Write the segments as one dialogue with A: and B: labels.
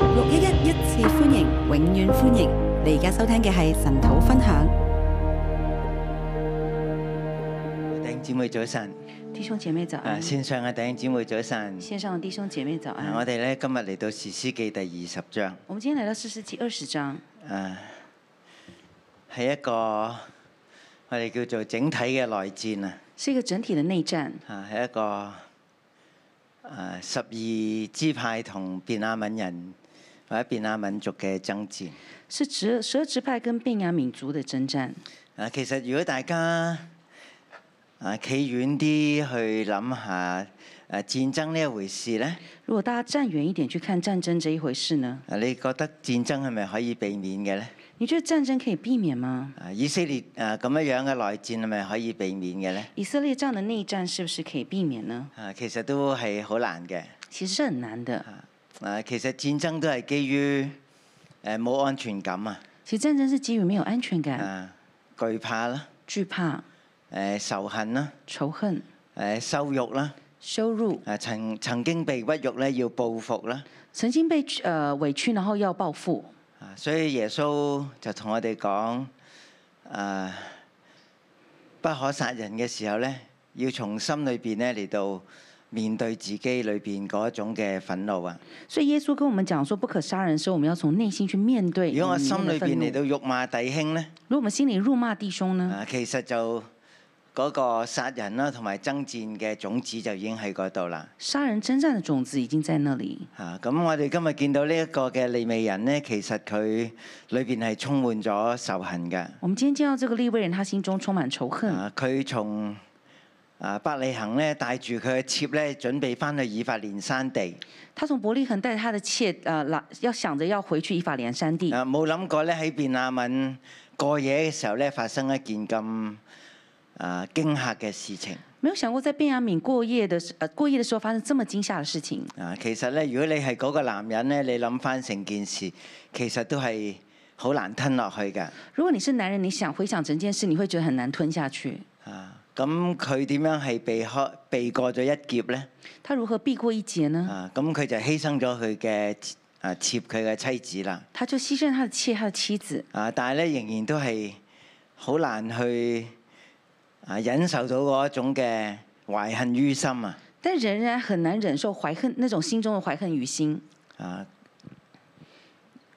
A: 六一一一次歡迎，永遠歡迎！你而家收聽嘅係神土分享。
B: 弟兄姊妹早晨，
C: 弟兄姐妹早
B: 啊
C: 安，
B: 線上嘅弟兄姊妹早晨。
C: 线上的弟兄姐妹早
B: 啊我
C: 安。
B: 哋咧今日嚟到士師記第二十章，
C: 我们今天來到四世紀二十章，
B: 啊，係一個我哋叫做整體嘅內戰啊，
C: 是一個整體的內戰，
B: 啊係一個啊十二支派同便雅憫人或者便雅憫族嘅爭戰。
C: 是十十二支派跟便雅憫族的征戰。
B: 啊，其實如果大家啊企遠啲去諗下誒戰爭呢一回事咧，
C: 如果大家站遠一點去看戰爭這一回事呢，
B: 啊你覺得戰爭係咪可以避免嘅咧？
C: 你覺得戰爭可以避免嗎？
B: 啊，以色列啊咁樣樣嘅內戰係咪可以避免嘅咧？
C: 以色列這樣的內戰是不是可以避免呢？
B: 啊，其實都係好難嘅。
C: 其實是很難的。
B: 啊，其實戰爭都係基於誒冇安全感啊，
C: 其實戰爭是基於沒有安全感、
B: 啊懼怕啦，
C: 懼怕、
B: 誒、仇恨啦，
C: 仇恨、
B: 誒、羞辱啦，
C: 羞辱，
B: 誒、曾曾經被屈辱咧要報復啦。
C: 曾經被呃委屈，然後要報復。
B: 啊，所以耶穌就同我哋講啊，不可殺人嘅時候咧，要從心裏邊咧嚟到面對自己裏邊嗰種嘅憤怒啊。
C: 所以耶穌跟我們講說，不可殺人的時候，我們要從內心去面對
B: 如果我
C: 裡面
B: 心裏
C: 的憤嗯
B: 邊
C: 怒
B: 嚟到辱罵弟兄咧，
C: 如果我們心裡辱罵弟兄呢，
B: 啊，其實就嗰個殺人啦，同埋爭戰嘅種子就已經喺嗰度啦。
C: 殺人征戰的種子已經在那裡。
B: 啊，咁我哋今日見到呢一個嘅利未人咧，其實佢裏邊係充滿咗仇恨嘅。
C: 我們今天見到這個利未人，他心中充滿仇恨。
B: 啊，佢從啊伯利恒咧帶住佢嘅妾咧，準備翻去以法蓮山地。
C: 他從伯利恆帶着他的妾，呃，拿要想着要回去以法蓮山地，
B: 啊，冇諗過咧喺便雅憫過夜嘅時候咧，發生一件咁啊驚嚇嘅事情。
C: 沒有想過在便雅憫過夜的時，呃，過夜的時候發生這麼驚嚇的事情。
B: 啊，其實咧，如果你係嗰個男人咧，你諗翻成件事，其實都係好難吞落去㗎。
C: 如果你是男人，你想回想整件事，你會覺得很難吞下去。
B: 啊，咁佢點樣係避開避過咗一劫咧？
C: 他如何避過一劫呢？
B: 啊，咁佢就犧牲咗佢嘅啊妾佢嘅妻子啦。
C: 他就犧牲他的妾，他的妻子，
B: 啊，但係咧仍然都係好難去啊忍受到嗰一種嘅懷恨於心啊！
C: 但仍然很難忍受懷恨那種心中的懷恨於心。
B: 啊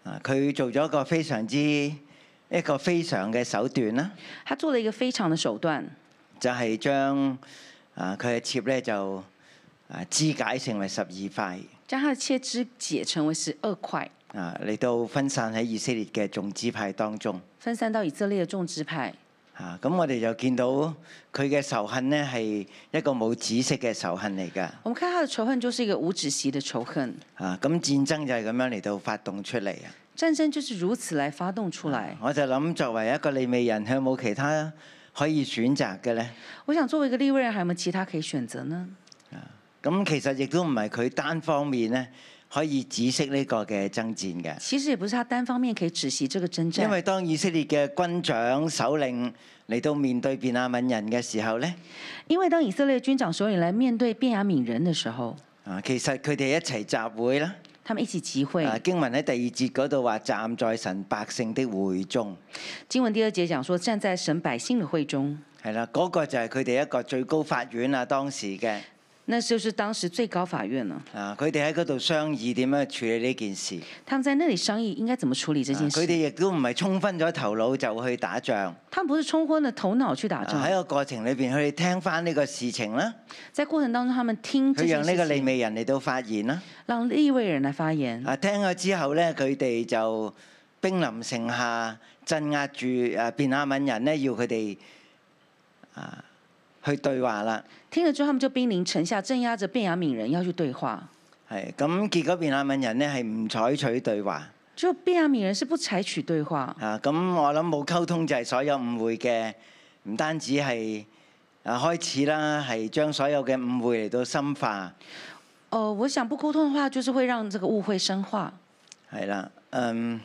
B: 啊，佢做咗一個非常之一個非常嘅手段啦。
C: 他做了一個非常的手段，
B: 就係將啊佢嘅妾咧就啊肢解成為十二塊
C: 將他的妾肢解成為十二塊，
B: 啊，嚟到分散喺以色列嘅眾支派當中
C: 分散到以色列的眾支派。
B: 啊。咁我哋就見到佢嘅仇恨咧係一個冇止息嘅仇恨嚟㗎
C: 我們看他的仇恨就是一個無止息的仇恨，
B: 啊。咁戰爭就係咁樣嚟到發動出嚟啊。
C: 戰爭就是如此來發動出來。
B: 我就諗作為一個利未人，佢有冇其他可以選擇嘅咧？
C: 我想作為一個利未人，還有沒有其他可以選擇呢？
B: 咁其實亦都唔係佢單方面咧可以止息呢個嘅爭戰嘅。
C: 其實也不是他單方面可以止息這個征
B: 因
C: 戰，
B: 為當以色列嘅軍長首領嚟到面對便雅憫人嘅時候呢，
C: 因為當以色列軍長首領來面對便雅憫人的時候，
B: 啊，其實佢哋一齊集會啦。
C: 他們一起集會。
B: 啊，經文喺第二節嗰度話站在神百姓的會中，
C: 經文第二節講說，站在神百姓的會中，
B: 係啦，嗰、個就係佢哋一個最高法院啊，當時嘅
C: 那就是當時最高法院了。
B: 啊，佢哋喺嗰度商議點樣處理呢件事。
C: 他們在那裡商議應該怎麼處理這
B: 啊
C: 件
B: 佢
C: 事。
B: 哋亦都唔係衝昏咗頭腦就去打仗，啊
C: 他們不是衝昏了頭腦去打仗，
B: 喺、個過程裏邊，佢哋聽翻呢個事情啦，
C: 在過程當中，他們聽這嗯
B: 佢
C: 件
B: 讓呢個
C: 事
B: 利
C: 情，
B: 未人嚟到發言啦。
C: 讓利未人來發言。
B: 啊，聽咗之後咧，佢哋就兵臨城下，鎮壓住誒便雅憫人咧，要佢哋啊去對話啦。
C: 聽了之後，他們就兵臨城下，鎮壓着便雅憫人要去對話。
B: 係咁，結果便雅憫人咧係唔採取對話
C: 就便雅憫人是不採取對話，
B: 啊。咁我諗冇溝通就係所有誤會嘅，唔單止係啊開始啦，係將所有嘅誤會嚟到深化，
C: 呃，我想不溝通的話，就是會讓這個誤會深化。
B: 係啦，嗯。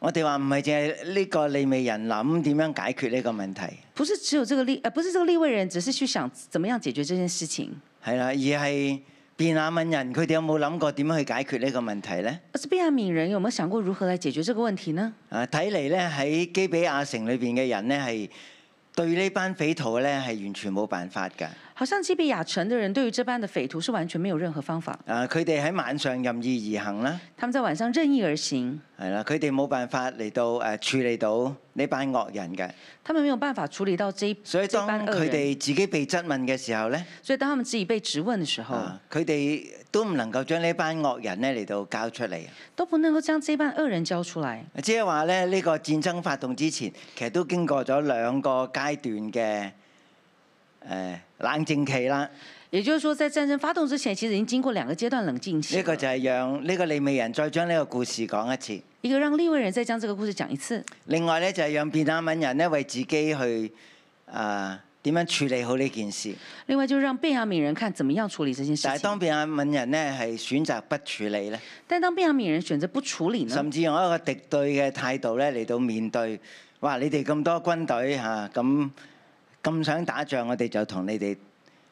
B: 我哋話唔係淨係呢個利未人諗點樣解決呢個問題，
C: 不是只有這個利，呃，不是這個利未人，只是去想怎麼樣解決這件事情，
B: 係啦，而係便雅憫人佢哋有冇諗過點樣去解決呢個問題呢？
C: 而是便雅悯人有没有想过如何来解决这个问题呢？
B: 啊，睇嚟咧喺基比亞城裏邊嘅人呢，係對呢班匪徒咧係完全冇辦法㗎。
C: 好像基比亚城的人对于这般的匪徒是完全没有任何方法，
B: 啊，佢哋喺晚上任意而行啦，
C: 他们在晚上任意而行，
B: 係啦，佢哋冇辦法嚟到誒、啊處理到呢班惡人嘅。
C: 他们没有办法处理到这一
B: 所以
C: 这
B: 當
C: 般恶
B: 佢
C: 人，
B: 哋自己被質問嘅時候呢，
C: 所以当他们自己被质问的时候，
B: 啊，佢哋都唔能夠將呢班惡人咧嚟到交出嚟。
C: 都不能够将这般恶人交出来。
B: 即係話咧，呢、個戰爭發動之前，其實都經過咗兩個階段嘅誒、呃冷靜期啦。
C: 也就是啊说，在战争发动之前，其实已经经过两个阶段冷静期
B: 呢
C: 了。
B: 個就係讓呢個利未人再將呢個故事講一次。
C: 一个让利未人再将这个故事讲一次，
B: 另外咧就係讓便雅憫人咧為自己去啊點、樣處理好呢件事。
C: 另外就是让便雅悯人看怎么样处理这件事
B: 但係當
C: 情。
B: 便雅憫人咧係選擇不處理咧，
C: 但当便雅悯人选择不处理呢
B: 甚，至用一個敵對嘅態度咧嚟到面對，哇！你哋咁多軍隊嚇，咁、咁想打仗，我哋就同你哋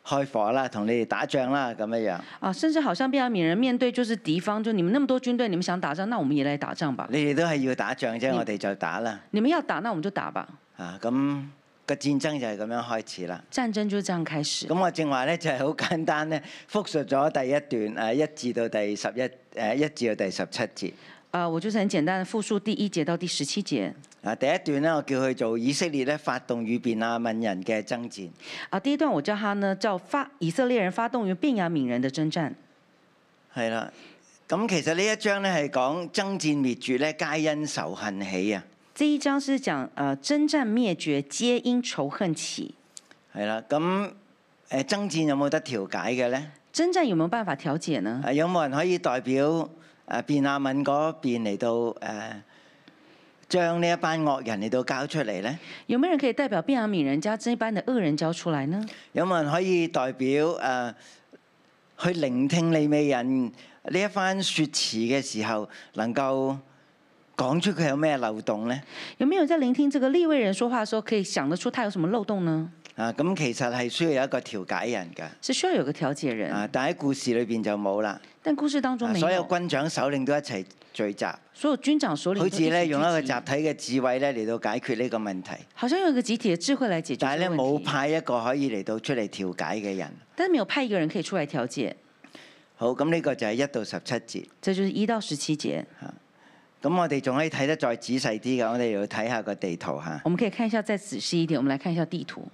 B: 開火啦，同你哋打仗啦咁樣樣。
C: 啊，甚至好像便雅悯人面对就是敌方，就你们那么多军队，你们想打仗，那我们也来打仗吧。
B: 你哋都係要打仗啫，
C: 嗯
B: 我哋就打啦。
C: 你们要打，那我们就打吧。
B: 啊，咁、個戰爭就係咁樣開始啦。
C: 战争就是这样开始。
B: 咁我正話咧就係、好簡單咧，複述咗第一段誒一至到第十一誒一至到第十七節。
C: 啊、我就是很简单的复述第一节到第十七节。
B: 啊，第一段咧我叫佢做以色列咧發動與便雅憫人嘅爭戰。
C: 啊，第一段我叫他呢叫发以色列人发动与便雅悯人的征战。
B: 係啦，咁其實呢一章咧係講爭戰滅絕咧，皆因仇恨起啊。
C: 这一章是讲呃征战灭绝皆因仇恨起。
B: 係啦，咁誒爭戰有冇得調解嘅咧？
C: 征战有没有办法调解呢？
B: 啊，有冇人可以代表誒便雅敏嗰邊嚟到誒，將呢一班惡人嚟到交出嚟咧？
C: 有没有人可以代表便雅悯人家这一班的恶人交出来呢？
B: 有冇人可以代表誒、呃去聆聽利未人呢一番説詞嘅時候，能夠講出佢有咩漏洞咧？
C: 有没有在聆听这个立位人说话的时候，可以想得出他有什么漏洞呢？
B: 啊，咁其實係需要有一個調解人㗎。
C: 是需要有个调解人，
B: 啊！但喺故事裏邊就冇啦、
C: 但故事当中
B: 啊
C: 没
B: 所有
C: 有。
B: 軍長首領都一齊聚集，好
C: 所有军长首领都
B: 似
C: 一起
B: 咧用一個
C: 聚
B: 集
C: 集
B: 體嘅智慧咧嚟到解決呢個問題。
C: 好像用一个集体的智慧来解决
B: 但係
C: 这
B: 咧
C: 个
B: 冇
C: 问题，
B: 派一個可以嚟到出嚟調解嘅人。
C: 但是没有派一个人可以出来调解，
B: 好，咁呢個就係一到十七節。
C: 这就是一到十七节。
B: 咁我哋仲可以睇得再仔細啲嘅，我哋要睇下個地圖嚇。
C: 我们可以看一下再仔细一点，我们来看一下地图。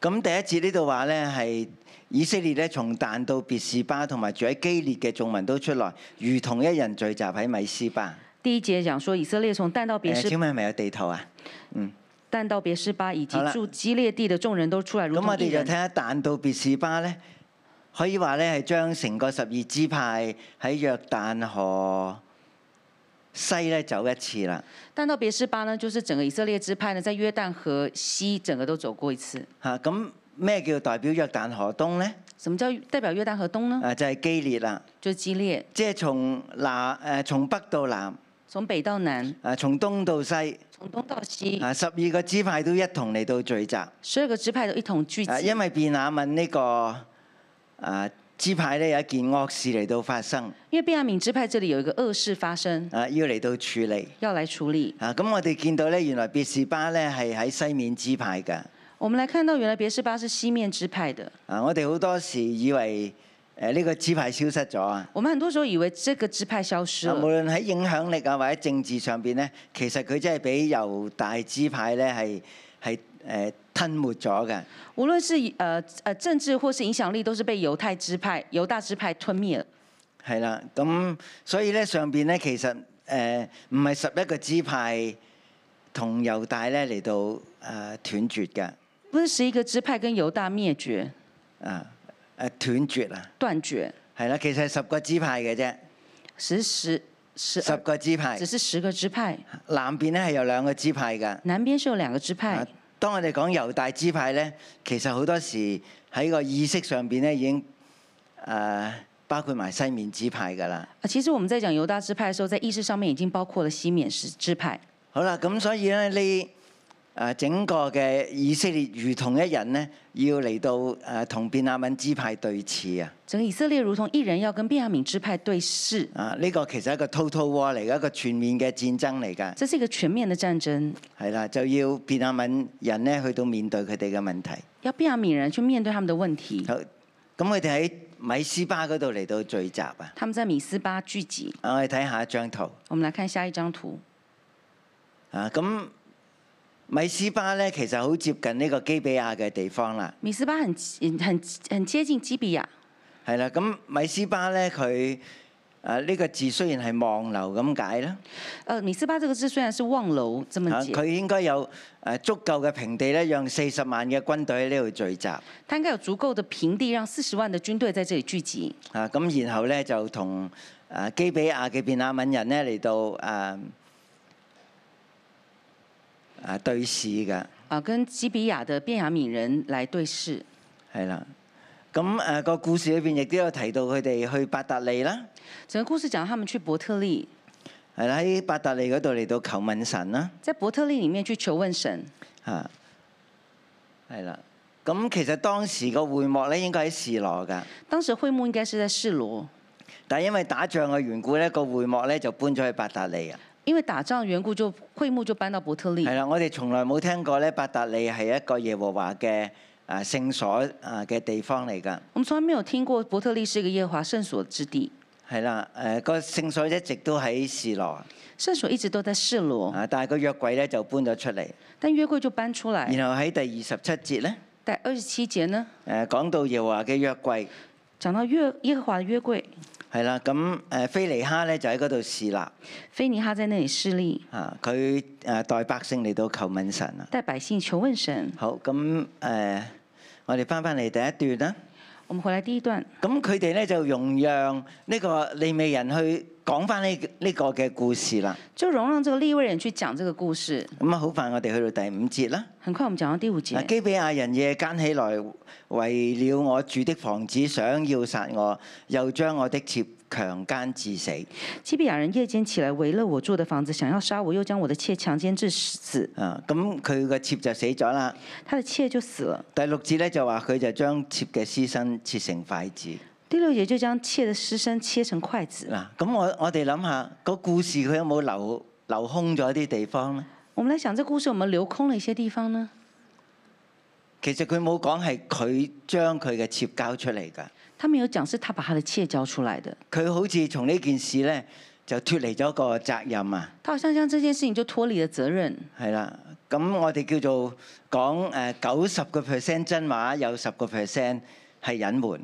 B: 咁第一節呢度話呢，係以色列咧從但到別是巴同埋住喺基列嘅眾民都出來，如同一人聚集喺米斯巴。
C: 第一节讲说以色列从但到别
B: 誒，
C: 是
B: 請問係咪有地圖啊？
C: 但到别是巴以及
B: 好了
C: 住基列地的众人都出来，如
B: 咁
C: 同一
B: 我哋就
C: 人
B: 睇。下但到別是巴呢，可以話呢係將成個十二支派喺約旦河西咧走一次啦。
C: 但到别是巴呢，就是整个以色列支派呢，在约旦河西整个都走过一次。
B: 嚇，咁咩叫代表約旦河東呢？
C: 什么叫代表约旦河东呢？
B: 啊，就係、基列啦，
C: 就是基列，
B: 即係從南誒、從北到南，
C: 从北到南，
B: 啊，從東到西。
C: 从东到西，
B: 啊，十二個支派都一同嚟到聚集，啊，
C: 十二个支派都一同聚集。
B: 因為便雅憫呢、個啊支派咧有一件惡事嚟到發生，
C: 因为便雅悯支派这里有一个恶事发生，
B: 啊要嚟到處理，
C: 要来处理。
B: 啊咁我哋見到咧，原來別是巴咧係喺西面支派嘅，
C: 我们来看到，原来别是巴是西面支派的。
B: 啊我哋好多時以為誒呢個支派消失咗啊，
C: 我们很多时候以为这个支派消失
B: 啊無
C: 了，
B: 論喺影響力啊或者政治上邊咧，其實佢真係俾猶大支派咧係係誒吞沒咗嘅。
C: 无论是呃呃政治或是影响力，都是被犹太支派、犹大支派吞灭了。
B: 係啦，咁所以咧上邊咧其實誒唔係十一個支派同猶大咧嚟到誒、呃、斷絕嘅，
C: 不是十一个支派跟犹大灭绝、
B: 啊誒斷絕啊，
C: 断绝，
B: 係啦，其實係十個支派嘅啫，
C: 十十十
B: 十
C: 二，
B: 個支派
C: 只，是十个支派。
B: 南邊咧係有兩個支派㗎。
C: 南边是有两个支派
B: 啊，當我哋講猶大支派咧，其實好多時喺個意識上邊咧已經誒、呃包括埋西面支派㗎啦。
C: 啊其实我们在讲犹大支派的时候，在意识上面已经包括了西缅支支派。
B: 好啦，咁所以咧呢誒、啊整個嘅以色列如同一人呢，要嚟到誒同便雅憫支派對峙啊！
C: 整個以色列如同一人要跟便雅敏支派对视，
B: 啊，呢、個其實係一個 total war 嚟嘅，一個全面嘅戰爭嚟㗎，
C: 这是一個全面的戰爭，
B: 係啦，就要便雅憫人呢去到面對佢哋嘅問題。
C: 要便雅敏人去面對他們的問題。
B: 好，咁佢哋喺米斯巴嗰度嚟到聚集啊！
C: 他們在米斯巴聚集，
B: 啊我哋睇下一張圖
C: 我們來看下一張圖。
B: 啊，咁米斯巴呢，其實好接近呢個基比亞嘅地方啦。
C: 米斯巴很很很接近基比亞，
B: 係啦，咁米斯巴咧，佢誒呢個字雖然係望樓咁解啦，
C: 呃，米斯巴這個字雖然是望樓這麼
B: 啊
C: 解，
B: 佢應該有誒足夠嘅平地咧，讓四十萬嘅軍隊喺呢度聚集啊，
C: 它應該有足夠的平地讓四十萬的軍隊在這裡聚集，
B: 咁然後咧就同誒基比亞嘅便雅憫人咧嚟到啊誒誒對視嘅，
C: 啊、跟基比亞的便雅敏人來對視。
B: 係啦。咁誒個故事裏邊亦都有提到佢哋去伯特利啦，
C: 整個故事講他們去伯特利，
B: 係啦喺伯特利嗰度嚟到求問神啦。
C: 在伯特利裡面去求問神。
B: 嚇，係啦。咁其實當時個會幕咧應該喺示羅㗎，
C: 當時會幕應該是在示羅，
B: 但係因為打仗嘅緣故咧，個會幕咧就搬咗去伯達利啊。
C: 因為打仗的緣故就會幕就搬到伯特利
B: 係。啦，我哋從來冇聽過咧，伯達利係一個耶和華嘅啊聖所啊嘅地方嚟㗎。
C: 我們從來沒有聽過伯特利是一個耶和華聖所之地，
B: 係啦，誒、個聖所一直都喺示羅
C: 聖所一直都在示羅，
B: 啊，但係個約櫃咧就搬咗出嚟。
C: 但約櫃就搬出來。
B: 然後喺第二十七節咧，
C: 在二十七節呢，
B: 誒、呃講到耶和華嘅約櫃
C: 講到約耶和華的約櫃，
B: 係啦，咁誒菲尼哈咧就喺嗰度侍立啊，
C: 菲尼哈在那裡侍立，
B: 佢誒代百姓嚟到求問神啊。
C: 帶百姓求問神。
B: 好，咁誒、呃我哋翻翻嚟第一段啦。
C: 我們回來第一段，
B: 咁佢哋咧就容讓呢個利未人去講翻呢呢個嘅故事啦。
C: 就容讓這個利未人去講這個故事。
B: 咁啊，好快我哋去到第五節啦。
C: 很快我們講到第五
B: 嗱，
C: 節，
B: 基比亞人夜間起來，為了我住的房子，想要殺我，又將我的妾強姦致死。
C: 基比亞人夜間起來圍了我住的房子，想要殺我，又將我的妾強姦致死，
B: 啊，咁佢個妾就死咗啦。
C: 他的妾就死了。
B: 第六節咧就話佢就將妾嘅屍身切成筷子。
C: 第六節就將妾的屍身切成筷子。
B: 嗱，咁我我哋諗下個故事佢有冇留留空咗啲地方咧？
C: 我們來想這故事，我們留空了一些地方呢。
B: 其實佢冇講係佢將佢嘅妾交出嚟㗎，
C: 他沒有講是他把他的妾交出來的，
B: 佢好似從呢件事呢，就脱離咗個責任啊，
C: 他好像將這件事情就脫離了責任。
B: 係啦。咁我哋叫做講誒九十個 percent 真話，有十個 percent 係隱瞞。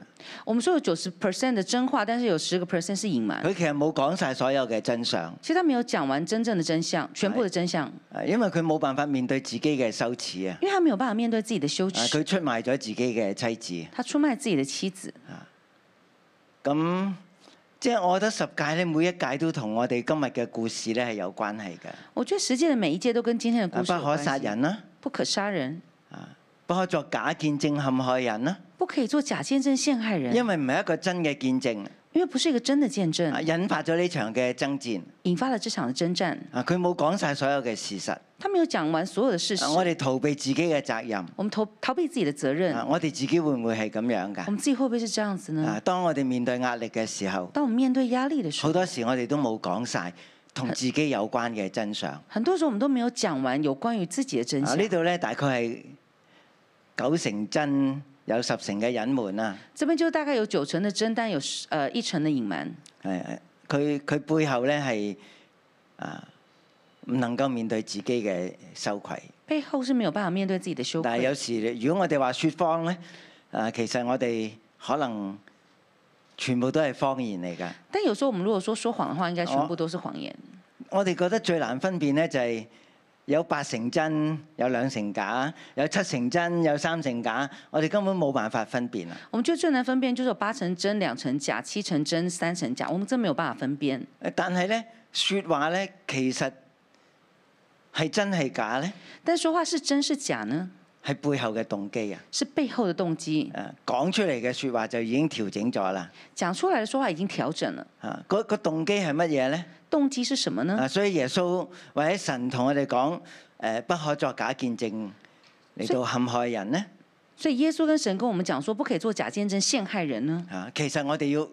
C: 我們說有九十 percent 的真話，但是有十個 percent 是隱瞞。
B: 佢其實冇講晒所有嘅真相，
C: 其實他沒有講完真正的真相，全部的真相，
B: 誒因為佢冇辦法面對自己嘅羞恥啊！
C: 因為他沒有辦法面對自己的羞
B: 啊
C: 恥，
B: 佢出賣咗自己嘅妻子，
C: 他出賣自己的妻子。
B: 咁即係我覺得十屆呢，每一屆都同我哋今日嘅故事呢係有關係嘅。
C: 我覺得實際的每一屆都跟今天的
B: 啊
C: 故事有
B: 不可
C: 關係
B: 殺，人啦、
C: 不可殺人，
B: 不可作假見證陷害人啦，
C: 不可以做假見證陷害人，
B: 因為唔係一個真嘅見證，
C: 因為不是一個真的見
B: 啊
C: 證，
B: 引發咗呢場嘅爭戰。
C: 引發了這場的征戰。
B: 啊，佢冇講晒所有嘅事實，啊
C: 他沒有講完所有的事實，
B: 我哋逃避自己嘅責任，
C: 我們逃逃避自己的責任，
B: 啊，我哋自己會唔會係咁樣
C: 我
B: 㗎？
C: 們自己會不會是這樣子呢？
B: 啊，當我哋面對壓力嘅時候，
C: 當我們面對壓力的時
B: 好
C: 候，
B: 多時我哋都冇講晒同自己有關嘅真相。
C: 很多時候我們都沒有講完有關於自己的真
B: 啊，
C: 相。
B: 呢度呢，大概係九成真，有十成嘅隱瞞啊啦。
C: 這邊就大概有九成的真，但有十呃一成的隱瞞。
B: 係係佢佢背後呢係啊唔能夠面對自己嘅羞愧。
C: 背後是沒有辦法面對自己的羞
B: 但係有
C: 愧。
B: 時，如果我哋話説謊咧，啊，其實我哋可能全部都係謊言嚟㗎。
C: 但有時候我們如果說說謊的話，應
B: 哦
C: 該全部都是謊言。
B: 我哋覺得最難分辨咧，就係有八成真，有兩成假，有七成真，有三成假，我哋根本冇辦法分辨啊！
C: 我們就最難分辨，就是有八成真、兩成假、七成真、三成假，我們真沒有辦法分辨。
B: 但係咧，説話咧，其實係真係假咧，
C: 但說話是真是假呢？
B: 係背後嘅動機啊！
C: 是背後的動機。
B: 誒，講出嚟嘅説話就已經調整咗啦。
C: 講出來的說話已經調整了，
B: 啊，嗰個動機係乜嘢咧？
C: 動機是什麼呢？
B: 啊，所以耶穌或者神同我哋講，誒、誒不可作假見證嚟到陷害人呢？
C: 所以耶穌跟神跟我们讲说，不可以做假见证陷害人呢。
B: 啊，其實我哋要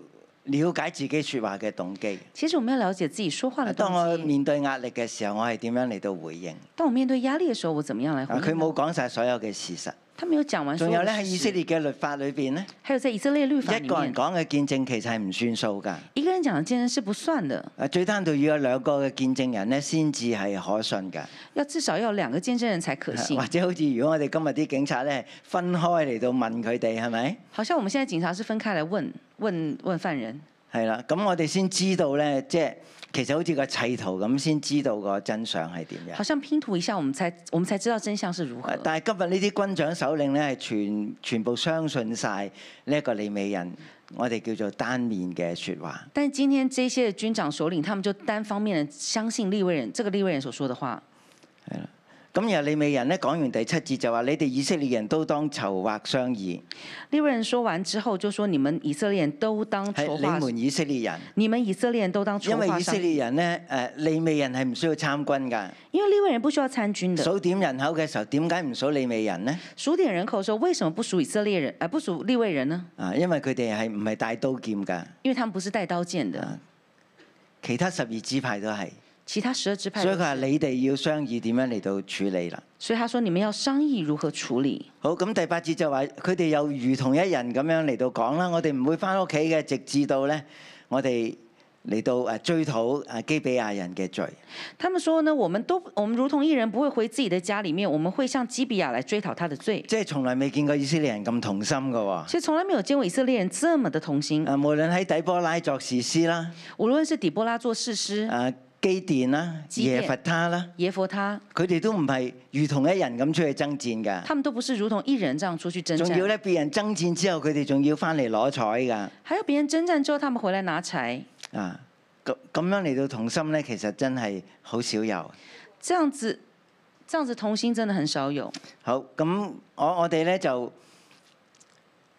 B: 了解自己説話嘅動機。啊
C: 其实我们要了解自己说话的
B: 當我
C: 动机。
B: 面對壓力嘅時候，我係點樣嚟到回應？
C: 当我面对压力的时候，我怎么样来回
B: 啊，佢
C: 应呢？
B: 冇講晒所有嘅事實。
C: 他没有讲嗯完所
B: 仲
C: 有
B: 有
C: 的
B: 咧
C: 事
B: 喺
C: 实。
B: 以色列嘅律法裏邊咧，
C: 还有在以色列律法
B: 一
C: 里
B: 個人
C: 面，
B: 講嘅見證其實係唔算數㗎。
C: 一个人讲的见证是不算的，
B: 啊，最低限度要有兩個嘅見證人咧，先至係可信㗎。啊
C: 要至少要有两个见证人才可信
B: 或。者好似如果我哋今日啲警察咧分開嚟到問佢哋係咪？
C: 好像我们现在警察是分开来问问问犯人，
B: 係啦，咁我哋先知道咧，即係其實好似個砌圖咁，先知道個真相係點
C: 好
B: 樣。
C: 像拼图一下，我们才我们才知道真相是如何。
B: 但係今日呢啲軍長首領咧係全全部相信晒呢一個利美人，我哋叫做單面嘅説話。
C: 但今天这些军长首领，他们就单方面的相信利未人这个利未人所说的话。
B: 咁然後利美人咧講完第七節就話：你哋以色列人都當籌劃商議，
C: 利未人说完之后，就说你们以色列人都当
B: 係
C: 筹
B: 你
C: 划，
B: 們以色列人。
C: 你们以色列人都当筹
B: 哎因為
C: 划
B: 以色
C: 商
B: 列
C: 议，
B: 人咧，誒、利美人係唔需要參軍㗎。
C: 因为利未人不需要参军的。
B: 數點人口嘅時候，點解唔數利美人呢？
C: 数点人口的时候，为什么不数以色列人，呃而、不数利未人呢？
B: 啊，因為佢哋係唔係帶刀劍㗎？
C: 因为他们不是带刀剑
B: 啊
C: 的，
B: 其他十二支派都係，
C: 其他十二支派
B: 所以
C: 都
B: 佢話
C: 是，
B: 你哋要商議點樣嚟到處理啦。
C: 所以他说你们要商议如何处理。
B: 好，咁第八節就話佢哋又如同一人咁樣嚟到講啦，我哋唔會翻屋企嘅，直至到咧我哋嚟到誒追討誒基比亞人嘅罪。
C: 他们说呢，我们都我们如同一人不会回自己的家里面，我们会向基比亚来追讨他的罪。
B: 即係從來未見過以色列人咁同心嘅喎。
C: 其实从来没有见过以色列人这么的同心，
B: 啊，無論喺底波拉作士師啦，
C: 无论是底波拉做士师、
B: 啊基甸啦、
C: 基甸
B: 耶弗他啦，
C: 耶佛他，
B: 佢哋都唔係如同一人咁出去爭戰㗎。
C: 他们都不是如同一人这样出去征
B: 仲
C: 战，
B: 要咧，別人爭戰之後，佢哋仲要翻嚟攞彩㗎。
C: 还有别人征战之后，他们回来拿柴，
B: 啊，咁咁樣嚟到同心咧，其實真係好少有。
C: 这样子，这样子同心真的很少有。
B: 好，咁我我哋咧就誒、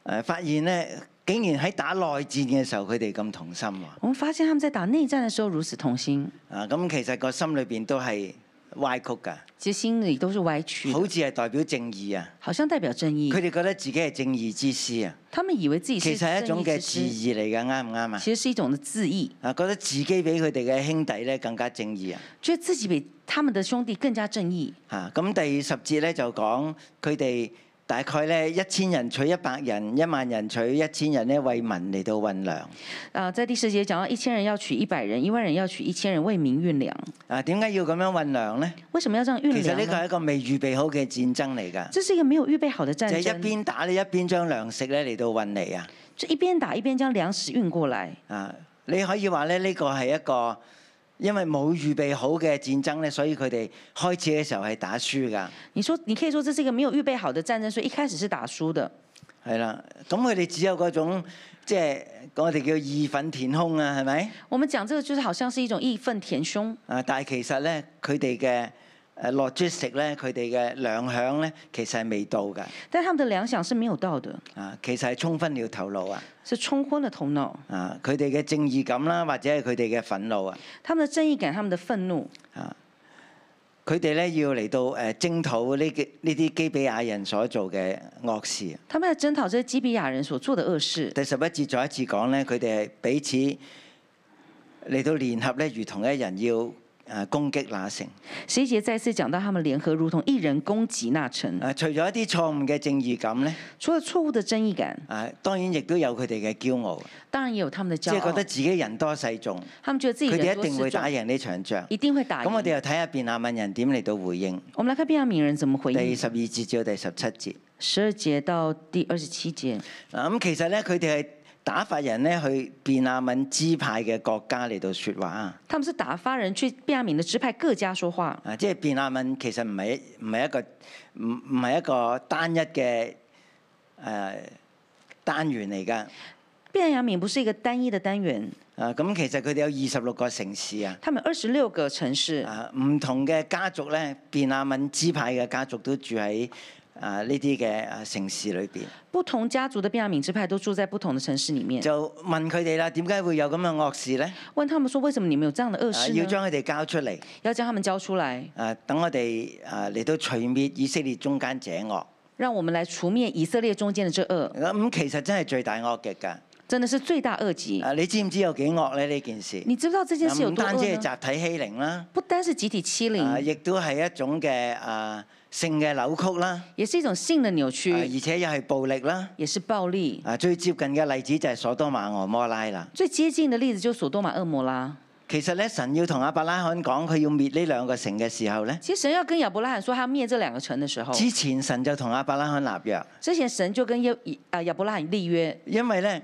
B: 呃、發現咧，竟然喺打內戰嘅時候，佢哋咁同心喎。
C: 我们发现他们在打内战的时候如此同心，
B: 啊，咁其實個心裏邊都係歪曲㗎，
C: 其实心里都是歪曲的
B: 好，似係代表正義啊。
C: 好像代表正义
B: 佢。哋覺得自己係正義之師啊，
C: 他们以为自己
B: 其
C: 是
B: 實係一
C: 正
B: 種
C: 义
B: 嘅
C: 之师，
B: 自義嚟㗎，啱唔啱啊？
C: 其实是一种的自义，
B: 啊，覺得自己比佢哋嘅兄弟咧更加正義啊！
C: 觉得自己比他们的兄弟更加正义。
B: 啊，咁第十節咧就講佢哋大概咧一千人取一百人，一萬人取一千人咧為民嚟到運糧。
C: 啊、在第十节讲到一千人要取一百人，一万人要取一千人，为民运粮。
B: 啊，點解要咁樣運糧咧？
C: 为什么要这样运
B: 其實
C: 粮
B: 呢個
C: 呢？
B: 係一個未預備好嘅戰爭嚟㗎，
C: 这是一个没有预备好的战
B: 就係
C: 争，
B: 一邊打你一邊將糧食咧嚟到運嚟啊！
C: 就一边打一边将粮食运过来。
B: 啊，你可以話咧呢個係一個因為冇預備好嘅戰爭咧，所以佢哋開始嘅時候係打輸㗎。
C: 你说，你可以说这是一个没有预备好的战争，所以一开始是打输的。
B: 係啦，咁佢哋只有嗰種即係我哋叫義憤填膺啊，係咪？
C: 我们讲这个就是好像是一种义愤填膺，
B: 啊，但係其實咧，佢哋嘅誒 logistic 咧，佢哋嘅兩響咧，其實係未到㗎。
C: 但他们的粮饷是没有到的，
B: 啊，其實係衝昏了頭腦啊！
C: 是冲昏了头脑。
B: 啊，佢哋嘅正義感啦，或者係佢哋嘅憤怒啊！
C: 他们的正义感，他们的愤怒，
B: 佢哋咧要嚟到誒征討呢幾呢啲基比亞人所做嘅惡事。
C: 他们在征讨这些基比亚人所做的恶事。
B: 第十一節再一次講咧，佢哋係彼此嚟到聯合咧，如同一人要誒攻擊那城。
C: 十一节再次讲到他们联合如同一人攻击那城，
B: 啊，除咗一啲錯誤嘅正義感咧，
C: 除了错误的正义感，
B: 啊，當然亦都有佢哋嘅驕傲，
C: 当然也有他们的
B: 即
C: 骄
B: 係覺得
C: 傲。
B: 自己人多勢眾。
C: 他们觉得自己
B: 佢
C: 人
B: 哋一
C: 多嗯
B: 定
C: 势
B: 會打
C: 众，
B: 贏呢場仗。
C: 一定会打
B: 咁我哋
C: 赢。
B: 又睇下便雅憫人點嚟到回應。
C: 我们来看便雅悯人怎么回
B: 第
C: 应。
B: 十二節至到第十七節。
C: 十二节到第二十七节，
B: 嗱，咁其實咧，佢哋係打發人咧去便雅憫支派嘅國家嚟到説話啊。
C: 他们是打发人去便雅悯的支派各家说话。
B: 啊，即係便雅憫其實唔係唔係一個唔唔係一個單一嘅誒、呃、單元嚟㗎。
C: 便雅悯不是一个单一的单元，
B: 啊，咁其實佢哋有二十六個城市啊。
C: 他们二十六个城市，
B: 呃啊，唔同嘅家族咧，便雅憫支派嘅家族都住喺啊呢啲嘅啊城市裏邊，
C: 不同家族的便雅敏支派都住在不同的城市里面，
B: 就問佢哋啦，點解會有咁嘅惡事呢？
C: 问他们说：为什么你们有这样的恶
B: 啊
C: 事
B: 要
C: 呢？
B: 將佢哋交出嚟，
C: 要将他们交出来，
B: 啊等我哋啊嚟到除滅以色列中間者惡。
C: 让我们来除灭以色列中间的这恶，
B: 咁、其實真係最大惡極㗎。
C: 真的是罪大恶极。
B: 啊，你知唔知有幾惡咧？呢件事啊
C: 你知不知道这件事有
B: 唔
C: 多
B: 單止
C: 恶呢？
B: 係集體欺凌啦，
C: 不单是集体欺
B: 啊，
C: 凌，
B: 亦都係一種嘅啊性嘅扭曲啦，啊
C: 也是一种性的扭曲，
B: 而且又係暴力啦。
C: 也是暴力。
B: 啊，最接近嘅例子就係所多瑪俄摩拉啦。
C: 最接近的例子就是索多玛、恶魔啦。
B: 其實咧，神要同亞伯拉罕講佢要滅呢兩個城嘅時候咧，
C: 其实神要跟亚伯拉罕说他灭这两个城的时候，
B: 之前神就同亞伯拉罕立約，
C: 之前神就跟耶以啊亚伯拉罕立约，
B: 因為咧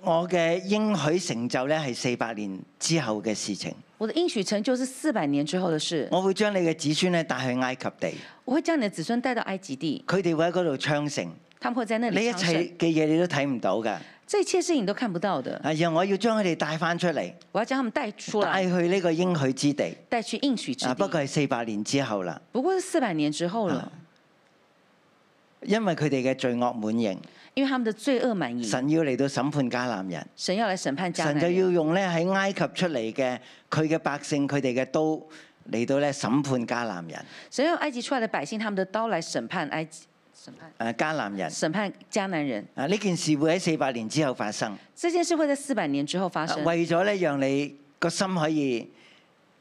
B: 我嘅應許成就咧係四百年之後嘅事情，
C: 我的应许成就是四百年之后的事，
B: 我會將你嘅子孫咧帶去埃及地，
C: 我会将你的子孙带到埃及地，
B: 佢哋會喺嗰度昌盛，
C: 他们会在那
B: 你
C: 里
B: 一
C: 昌
B: 切
C: 盛。
B: 嘅嘢你都睇唔到㗎。
C: 这一切事情你都看不到的，
B: 啊，然後我要將佢哋帶翻出嚟，
C: 我要将他们带出来，
B: 帶去呢個應許之地。
C: 带去应许之地。
B: 啊，不啊過係四百年之後啦，
C: 不过是四百年之后了，
B: 因為佢哋嘅罪惡滿盈，
C: 因为他们的罪恶满盈，
B: 神要嚟到審判迦南人。
C: 神要来审判迦
B: 神
C: 南
B: 就
C: 人，
B: 要用咧喺埃及出嚟嘅佢嘅百姓佢哋嘅刀嚟到咧審判迦南人，
C: 神要埃及出来的百姓他们的刀来审判埃及，审判
B: 誒啊迦南人
C: 审判迦南人。
B: 啊呢件事會喺四百年之後發生，
C: 这件事会在四百年之后发
B: 啊
C: 生，
B: 為咗咧讓你個心可以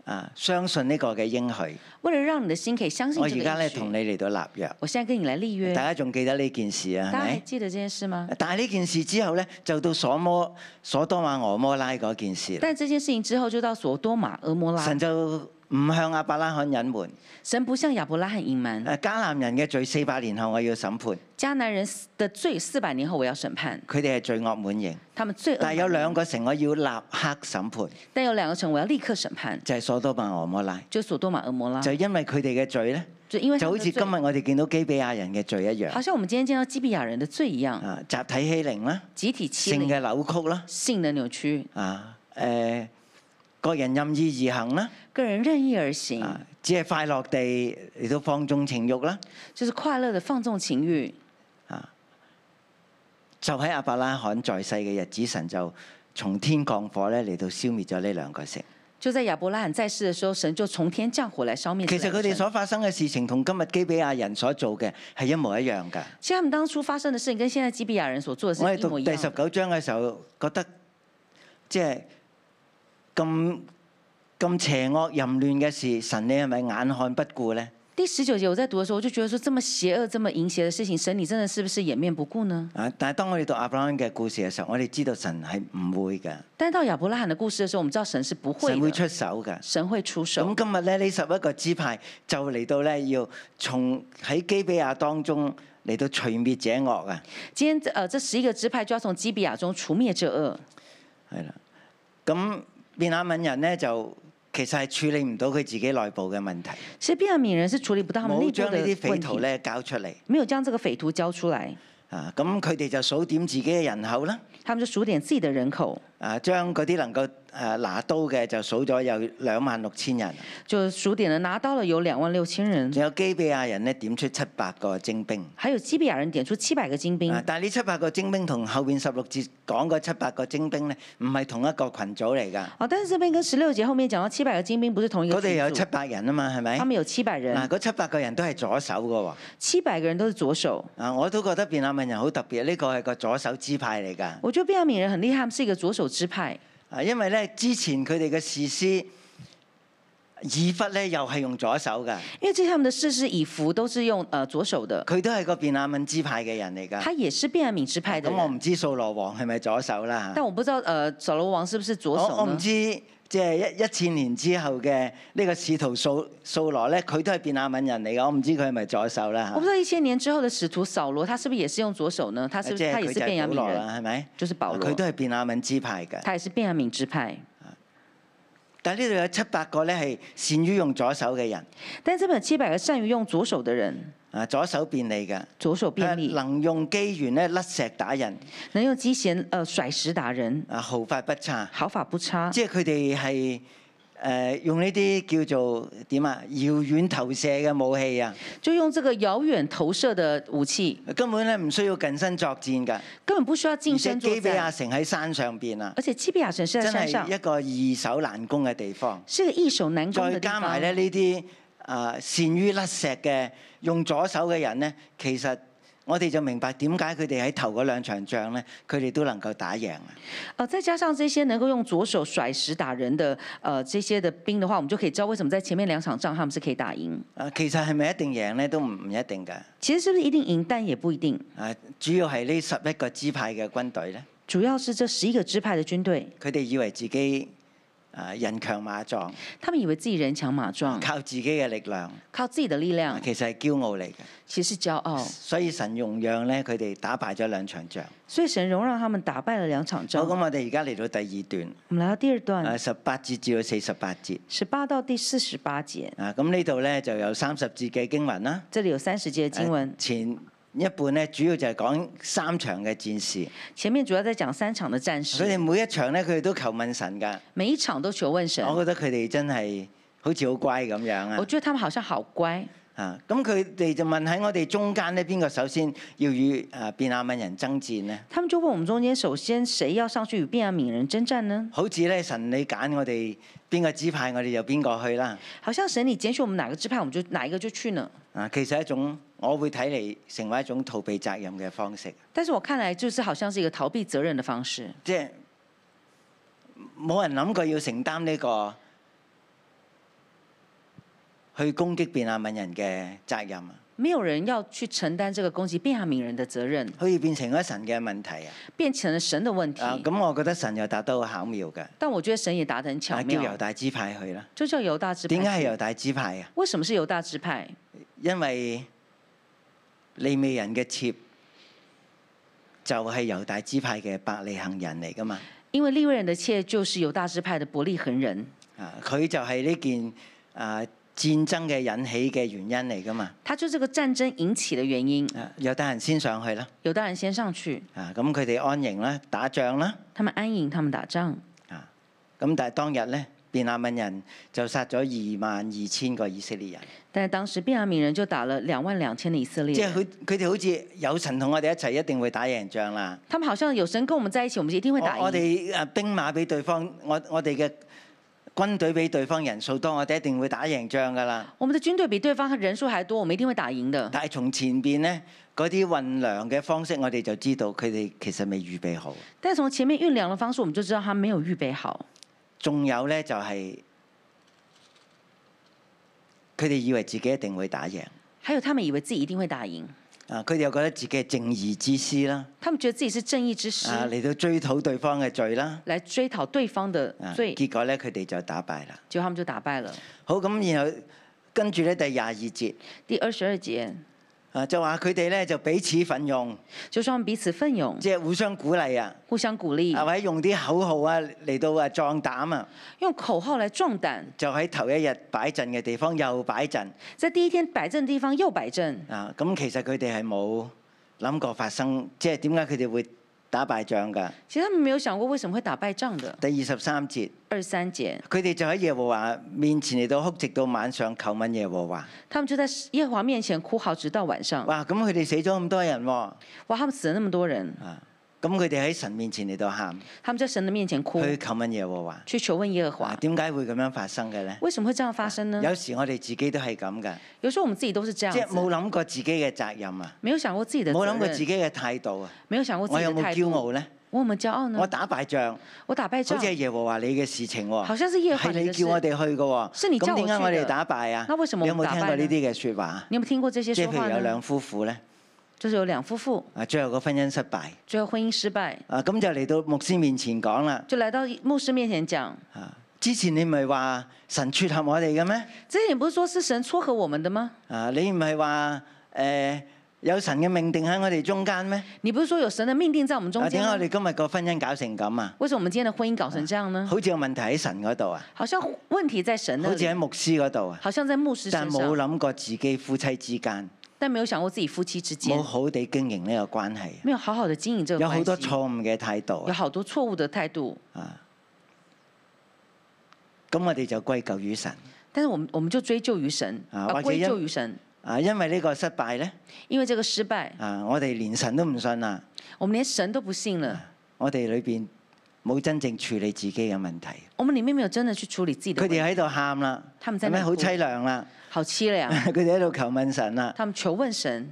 B: 啊相信呢個嘅應許，
C: 为了让你的心可以相信
B: 我
C: 这
B: 而家
C: 个
B: 咧
C: 应
B: 同
C: 许。
B: 你嚟到立約，
C: 我现在跟你来立约，
B: 大家哎仲記得呢件事啊？係
C: 大家还
B: 咪？
C: 记得这件事吗？
B: 但係呢件事之後咧，就到所摩所多瑪俄摩拉嗰件事啦，
C: 但这件事情之后，就到索多玛、俄摩拉，
B: 神
C: 神
B: 就唔向亞伯拉罕隱瞞，
C: 不向亚伯拉罕隐瞒，
B: 誒迦南人嘅罪四百年後我要審判，
C: 迦南人的罪四百年后我要审判，
B: 佢哋係罪惡滿盈。
C: 他们罪恶
B: 但
C: 满
B: 係
C: 盈。
B: 有兩個城我要立刻審判，
C: 但有两个城我要立刻审判，
B: 就係、所多瑪俄摩拉，
C: 就索多玛、俄摩拉，
B: 就因為佢哋嘅罪咧，
C: 就因为他
B: 就好
C: 们
B: 似
C: 的
B: 今
C: 罪
B: 日，我哋見到基比亞人嘅罪一樣，
C: 好像我们今天见到基比亚人的罪一样，
B: 啊，集體欺凌啦，
C: 集体欺
B: 性
C: 凌、
B: 嘅扭曲啦，
C: 性的扭曲，
B: 啊，誒、個人任意而行啦，
C: 个人任意而行，
B: 啊，只係快樂地嚟到放縱情慾啦，
C: 就是快乐的放纵情欲。
B: 就喺亞伯拉罕在世嘅日子，神就從天降火咧嚟到消滅咗呢兩個城。
C: 就在亚伯拉罕在世的时候，神就从天降火来消灭这
B: 其實
C: 两
B: 佢
C: 个
B: 哋
C: 城。
B: 所發生嘅事情同今日基比亞人所做嘅係一模一樣㗎。
C: 其实他们当初发生的事情跟现在基比亚人所做的事
B: 我
C: 情
B: 哋
C: 一模
B: 讀
C: 一
B: 第
C: 样
B: 十
C: 的。
B: 九章嘅時候，覺得即係咁咁邪惡淫亂嘅事，神你係咪眼看不顧呢？
C: 第十九节我在读的时候，我就觉得说这么邪恶、这么淫邪的事情，神你真的是不是掩面不顾呢？
B: 啊！但係當我哋讀亞伯拉罕嘅故事嘅時候，我哋知道神係唔會嘅，
C: 但到亚伯拉罕的故事的时候，我们知道神是不会
B: 神
C: 的，
B: 會出手嘅。
C: 神會出手
B: 咁。今日咧，呢十一個支派就嚟到咧，要從喺基比亞當中嚟到除滅者惡啊！
C: 今天这呃，这十一个支派就要从基比亚中除灭这恶。
B: 係啦，咁便雅敏人呢，就其實係處理唔到佢自己內部嘅問題，
C: 其实便雅悯人是处理不到他们内
B: 冇
C: 部
B: 將呢
C: 的
B: 啲匪
C: 问
B: 徒
C: 题，
B: 咧交出嚟。
C: 没有将这个匪徒交出来，
B: 啊，咁佢哋就數點自己嘅人口啦，
C: 他们就数点自己的人口，
B: 啊，將嗰啲能夠誒拿刀嘅就數咗有兩萬六千人，
C: 就数点了拿到了有两万六千人，
B: 仲有基比亞人呢點出七百個精兵。
C: 还有基比亚人点出七百个精兵
B: 啊！，但係呢七百個精兵同後邊十六節講嗰七百個精兵呢，唔係同一個群組嚟㗎。
C: 哦，但是这边跟十六节后面讲到七百个精兵不是同一
B: 嗰
C: 个
B: 度有
C: 群嗯
B: 七
C: 组，
B: 百啊人啊嘛，係咪
C: 他？们有七百
B: 嗱，
C: 人，
B: 嗰七百個人都係左手㗎喎。
C: 七百个人都是左手。
B: 啊，我都覺得便雅憫人好特別，呢、個係個左手支派嚟㗎。
C: 我觉得便雅悯人很厉害，他们是一个左手支派，
B: 啊，因為呢，之前佢哋嘅士師以弗呢，又係用左手㗎。
C: 因为这些他们的士师以服都是用呃左手的，
B: 佢都係個便雅敏支派嘅人嚟
C: 他
B: 㗎。
C: 也是便雅悯支派的
B: 咁啊我
C: 人。
B: 唔知掃羅王係咪左手啦嚇
C: 但我不知道呃扫罗王是不是左
B: 我哦我
C: 手
B: 唔
C: 呢？
B: 知即係一一千年之後嘅呢個使徒掃掃羅咧，佢都係便雅敏人嚟㗎。我唔知佢係咪左手啦
C: 我不知道一千年之后的使徒扫罗，他是不是也是用左手呢？他
B: 嚇
C: 是不
B: 即
C: 是
B: 係
C: 他也
B: 佢
C: 是
B: 就
C: 便雅
B: 係保
C: 悯
B: 羅
C: 人，
B: 啦，係咪？啊
C: 就是保罗
B: 佢，都係便雅敏支派嘅。
C: 他也是便雅悯支派。
B: 但係呢度有七百個咧係善於用左手嘅人，
C: 但这本七百个善于用左手的人，
B: 啊左手便利㗎，
C: 左手便
B: 佢
C: 利，
B: 能用機緣咧甩石打人，
C: 能用机弦呃甩石打人，
B: 啊毫髮不差。
C: 毫发不差。
B: 即係佢哋係誒呃用呢啲叫做點啊？遙遠投射嘅武器啊，
C: 就用这个遥远投射的武器，
B: 根本咧唔需要近身作戰㗎。
C: 根本不需要
B: 而
C: 近
B: 且
C: 身
B: 基
C: 作
B: 比亞
C: 战。
B: 城喺山上邊啊，
C: 而且基比亚神是在
B: 真
C: 山上
B: 係，一個易守難攻嘅地方。
C: 是个易守难攻
B: 再
C: 的地
B: 加
C: 方。
B: 埋咧呢啲啊善於甩石嘅用左手嘅人呢，其實我哋就明白點解佢哋喺頭嗰兩場仗呢，佢哋都能夠打贏啊！
C: 呃，再加上这些能够用左手甩石打人的呃这些的兵的话，我们就可以知道为什么在前面两场仗他们是可以打赢。
B: 啊，其實係咪一定贏呢？都唔唔一定㗎。
C: 其实是不是一定赢，但也不一定，
B: 啊，主要係呢十一個支派嘅軍隊呢，
C: 主要是这十一个支派的军队，
B: 佢哋以為自己啊人強馬壯，
C: 他们以为自己人强马壮，
B: 靠自己嘅力量，
C: 靠自己的力量，
B: 其實係驕傲嚟嘅。
C: 其实是骄傲，
B: 所以神容讓呢，佢哋打敗咗兩場仗。
C: 所以神容让他们打败了两场
B: 好，
C: 仗。嗯
B: 咁我哋而家嚟到第二段。
C: 我们来到第二
B: 啊，
C: 段，
B: 十八節至到四十八節
C: 十八到第四十八节，
B: 啊，咁呢度咧就有三十節嘅經文啦。
C: 这里有三十节的经文
B: 啊，前一半咧主要就係講三場嘅戰事，
C: 前面主要在讲三场的战
B: 佢
C: 事，
B: 哋每一場咧佢哋都求問神㗎。
C: 每一场都求问神。
B: 我覺得佢哋真係好似好乖咁樣
C: 我
B: 啊。
C: 觉得嗯他们好像好乖，
B: 啊，咁佢哋就問喺我哋中間呢邊個首先要與啊便雅憫人爭戰呢？
C: 他们就问我们中间，首先谁要上去与便雅悯人征战呢？
B: 好似咧神你揀我哋邊個指派，我哋就邊個去啦。
C: 好像神你拣选我们哪个支派，我们就哪一个就去呢？
B: 啊，其實一種我會睇嚟成為一種逃避責任嘅方式。
C: 但是我看来，就是好像是一个逃避责任的方式，
B: 即係冇人諗過要承擔呢個去攻擊便雅憫人嘅責任啊，
C: 没有人要去承担这个攻击便雅悯人的责任，
B: 好似變成咗神嘅問題啊！
C: 变成了神的问题。
B: 啊，咁我覺得神又答得好巧妙嘅，
C: 但我觉得神也答得很巧
B: 啊叫
C: 妙
B: 猶，大支派去啦。
C: 就叫犹大支派
B: 點
C: 去。
B: 解係猶大支派啊？
C: 为什么是犹大支派？
B: 因為利未人嘅妾就係猶大支派嘅百利行人嚟噶嘛，
C: 因为利未人的妾就是犹大支派的伯利恒人，
B: 啊，佢就係呢件啊戰爭嘅引起嘅原因嚟噶嘛，
C: 他就这个战争引起的原因。
B: 啊，猶大人先上去啦。
C: 犹大人先上去，
B: 啊，咁佢哋安營啦，打仗啦，
C: 他们安营，他们打仗。
B: 啊，咁但係當日咧，便雅憫人就殺咗二萬二千個以色列人，
C: 但是当时便雅悯人就打了两万两千的以色列
B: 即係
C: 人，
B: 佢佢哋好似有神同我哋一齊，一定會打贏仗啦。
C: 他们好像有神跟我们在一起，我们就一定
B: 我
C: 会打
B: 我
C: 赢。
B: 哋誒兵馬俾對方，我我哋嘅軍隊比對方人數多，我哋一定會打贏仗噶啦。
C: 我们的军队比对方人数还多，我们一定会打赢的。
B: 但係從前邊咧嗰啲運糧嘅方式，我哋就知道佢哋其實未預備好。
C: 但从前面运粮的方式，我们就知道他没有预备好。
B: 仲有咧就係佢哋以為自己一定會打贏。
C: 还有他们以为自己一定会打赢，
B: 啊，佢哋又覺得自己係正義之師啦，
C: 他们觉得自己是正义之师，
B: 啊嚟到追討對方嘅罪啦，
C: 来追讨对方的
B: 啊
C: 罪，
B: 結果咧佢哋就打敗啦。
C: 结果他们就打败了。
B: 好咁，然後跟住咧第廿二節
C: 第二十二节
B: 啊，就話佢哋咧就彼此奮勇，
C: 就说他们彼此奋勇，
B: 即係互相鼓勵啊，
C: 互相鼓励
B: 啊，或者用啲口號啊嚟到啊壯膽啊，
C: 用口号来壮胆，
B: 就喺頭一日擺陣嘅地方又擺陣
C: 在第一天摆正的地方又摆正。
B: 啊。咁其實佢哋係冇諗過發生，即係點解佢哋會打敗仗㗎？
C: 其实他们没有想过为什么会打败仗的。
B: 第二十三節，
C: 二三节，
B: 佢哋就喺耶和華面前嚟到哭，直到晚上求問耶和華。
C: 他们就在耶和华面前哭嚎，直到晚上。
B: 哇！咁佢哋死咗咁多人喎、
C: 哇，他们死了那么多人，
B: 啊！咁佢哋喺神面前嚟到喊，
C: 他们在神的面前哭，
B: 去求問耶和華。
C: 去求问耶和
B: 哇！
C: 华，
B: 點解會咁樣發生嘅咧？
C: 为什么会这样发生呢？
B: 有時我哋自己都係咁噶，
C: 嗯有时候我们自己都是这样
B: 即係冇
C: 子，
B: 諗過自己嘅責任啊，
C: 没有想过自己的责
B: 冇
C: 任，
B: 諗過自己嘅態度啊。
C: 没有想过自
B: 我
C: 己
B: 有
C: 的
B: 冇
C: 态
B: 驕
C: 度。嗯
B: 傲咧？
C: 我有没有骄傲呢？
B: 我打敗仗，
C: 我打败
B: 好
C: 仗
B: 似，係耶和華你嘅事情喎，
C: 好像是耶和华
B: 係
C: 你
B: 你
C: 的
B: 叫我
C: 事。
B: 哋去嘅喎。
C: 是你叫
B: 咁
C: 我
B: 點解
C: 去
B: 我哋
C: 的
B: 打敗啊？
C: 那為什麼
B: 你有
C: 我們
B: 冇
C: 打敗
B: 聽
C: 呢
B: 過呢啲嘅説話？啊
C: 你有没有听过这些
B: 即係
C: 说
B: 譬
C: 话
B: 如有兩
C: 呢？
B: 夫婦咧，
C: 就是有兩夫婦，
B: 啊，最後個婚姻失敗，
C: 最后婚姻失败，
B: 啊，咁就嚟到牧師面前講啦。
C: 就来到牧师面前讲：
B: 啊，之前你唔係話神撮合我哋嘅咩？
C: 之前你不是说是神撮合我们的吗？
B: 啊，你唔係話誒有神嘅命定喺我哋中間咩？
C: 你不是说有神的命定在我们中
B: 啊，
C: 间
B: 點解我
C: 吗？
B: 哋今日個婚姻搞成咁啊？
C: 为什么我们今天的婚姻搞成这样呢？
B: 好似有問題喺神嗰度啊，
C: 好像问题在嗯神那
B: 好似
C: 里，
B: 喺牧師嗰度啊，
C: 好像在牧师
B: 但
C: 身
B: 冇
C: 上，
B: 諗過自己夫妻之間
C: 但没有想过自己夫妻之间
B: 冇好地經營呢個關係，
C: 没有好好的经营这个
B: 有
C: 关系，
B: 好多錯誤嘅態度
C: 有
B: 啊
C: 好多错误的态度。
B: 啊。咁我哋就歸咎於神
C: 但是我们我们就追究于神，啊
B: 啊或者
C: 归
B: 因
C: 咎于神，
B: 啊，因為呢個失敗呢，
C: 因为这个失败，
B: 啊，我哋連神都唔信啦，
C: 我们连神都不信了，
B: 我哋裏邊冇真正處理自己嘅問題。
C: 我们里面没有真的去处理自己的
B: 佢
C: 问
B: 哋
C: 题，
B: 喺度喊啦，
C: 他們在
B: 係咪
C: 那
B: 啊好啊
C: 哭
B: 凄涼啦？
C: 好凄凉。
B: 佢哋喺度求問神啦，
C: 他们求问神，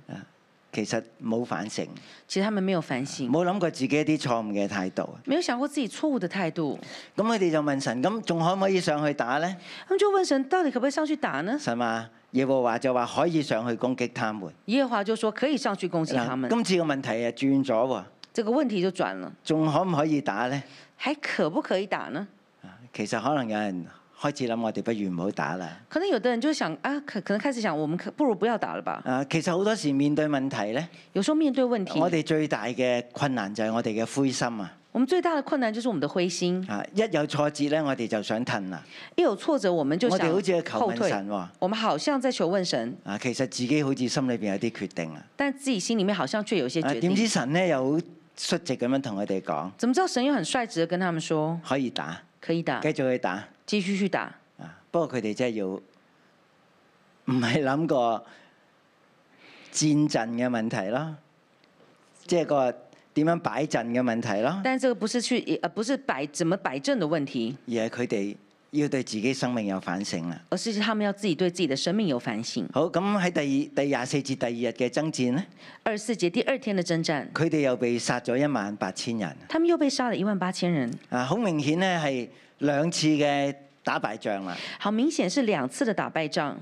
B: 其實冇反省，
C: 其实他们没有反省，
B: 冇諗過自己一啲錯誤嘅態度。啊
C: 没有想过自己错误的态度，
B: 咁佢哋就問神：咁仲可唔可以上去打呢？
C: 他们就问神，到底可不可以上去打呢？
B: 神話耶和華就話可以上去攻擊他們。
C: 耶和华就说可以上去攻击他
B: 嗱
C: 们，
B: 今次個問題啊轉咗喎，
C: 这个问题就转了，
B: 仲可唔可以打呢？啊
C: 还可不可以打呢？
B: 其實可能有人開始諗，我哋不如唔好打啦。
C: 可能有的人就想啊，可可能开始想，我们可不如不要打了吧。
B: 啊，其實好多時面對問題呢，
C: 有时候面对问题，
B: 我哋最大嘅困難就係我哋嘅灰心啊！
C: 我们最大的困难就是我们的灰心，
B: 啊，一有挫折呢，我哋就想褪啦。
C: 一有挫折我们就
B: 我
C: 想
B: 哋好似係求
C: 后
B: 問
C: 退。
B: 神喎，
C: 我们好像在求问神，
B: 啊，其實自己好似心裏邊有啲決定啊。
C: 但自己心里面好像却有一些
B: 啊，
C: 决
B: 點
C: 定。
B: 知神呢又好率直咁樣同我哋講，
C: 怎么知道神又很率直的跟他们说
B: 可以打，
C: 可以打
B: 繼，續去打。
C: 继续去打？
B: 啊，不過佢哋真係要唔係諗過戰陣嘅問題咯，即係個點樣擺陣嘅問題咯，
C: 但这个不是去呃不是摆怎么摆正的问题，
B: 而係佢哋要對自己生命有反省啦。
C: 而是他们要自己对自己的生命有反省。
B: 好，咁喺第二第廿四節第二日嘅爭戰呢，
C: 二十四节第二天的征战，
B: 佢哋又被殺咗一萬八千人。
C: 他们又被杀了一万八千人，
B: 啊，好明顯呢係兩次嘅打敗仗啦。
C: 好明显是两次的打败仗。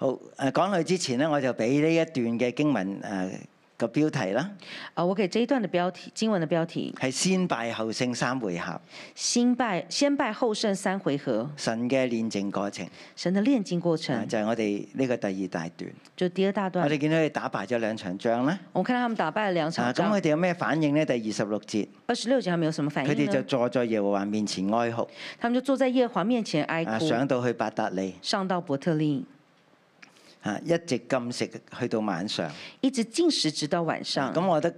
B: 好，誒講落去之前呢，我就俾呢一段嘅經文誒個、標題啦，
C: 啊，我给这一段的标题，经文的标题：
B: 係先敗後勝三回合，
C: 先败先败后胜三回合，
B: 神嘅煉淨過程。
C: 神的炼金过程
B: 啊，就係我哋呢個第二大段，
C: 就第二大段
B: 我。哋見到佢打敗咗兩場仗啦。
C: 我们看到他们打败了两
B: 啊，
C: 场
B: 咁
C: 仗
B: 佢，哋有咩反應呢？第二十六節，
C: 二十六节还没有什么反
B: 佢
C: 应
B: 哋就
C: 呢，
B: 坐在耶和華面前哀哭，
C: 他们就坐在耶和华面前哀
B: 啊，
C: 哭，
B: 上到去伯達利，
C: 上到伯特利，
B: 啊，一直禁食去到晚上。
C: 一直进食直到晚上。
B: 咁我覺得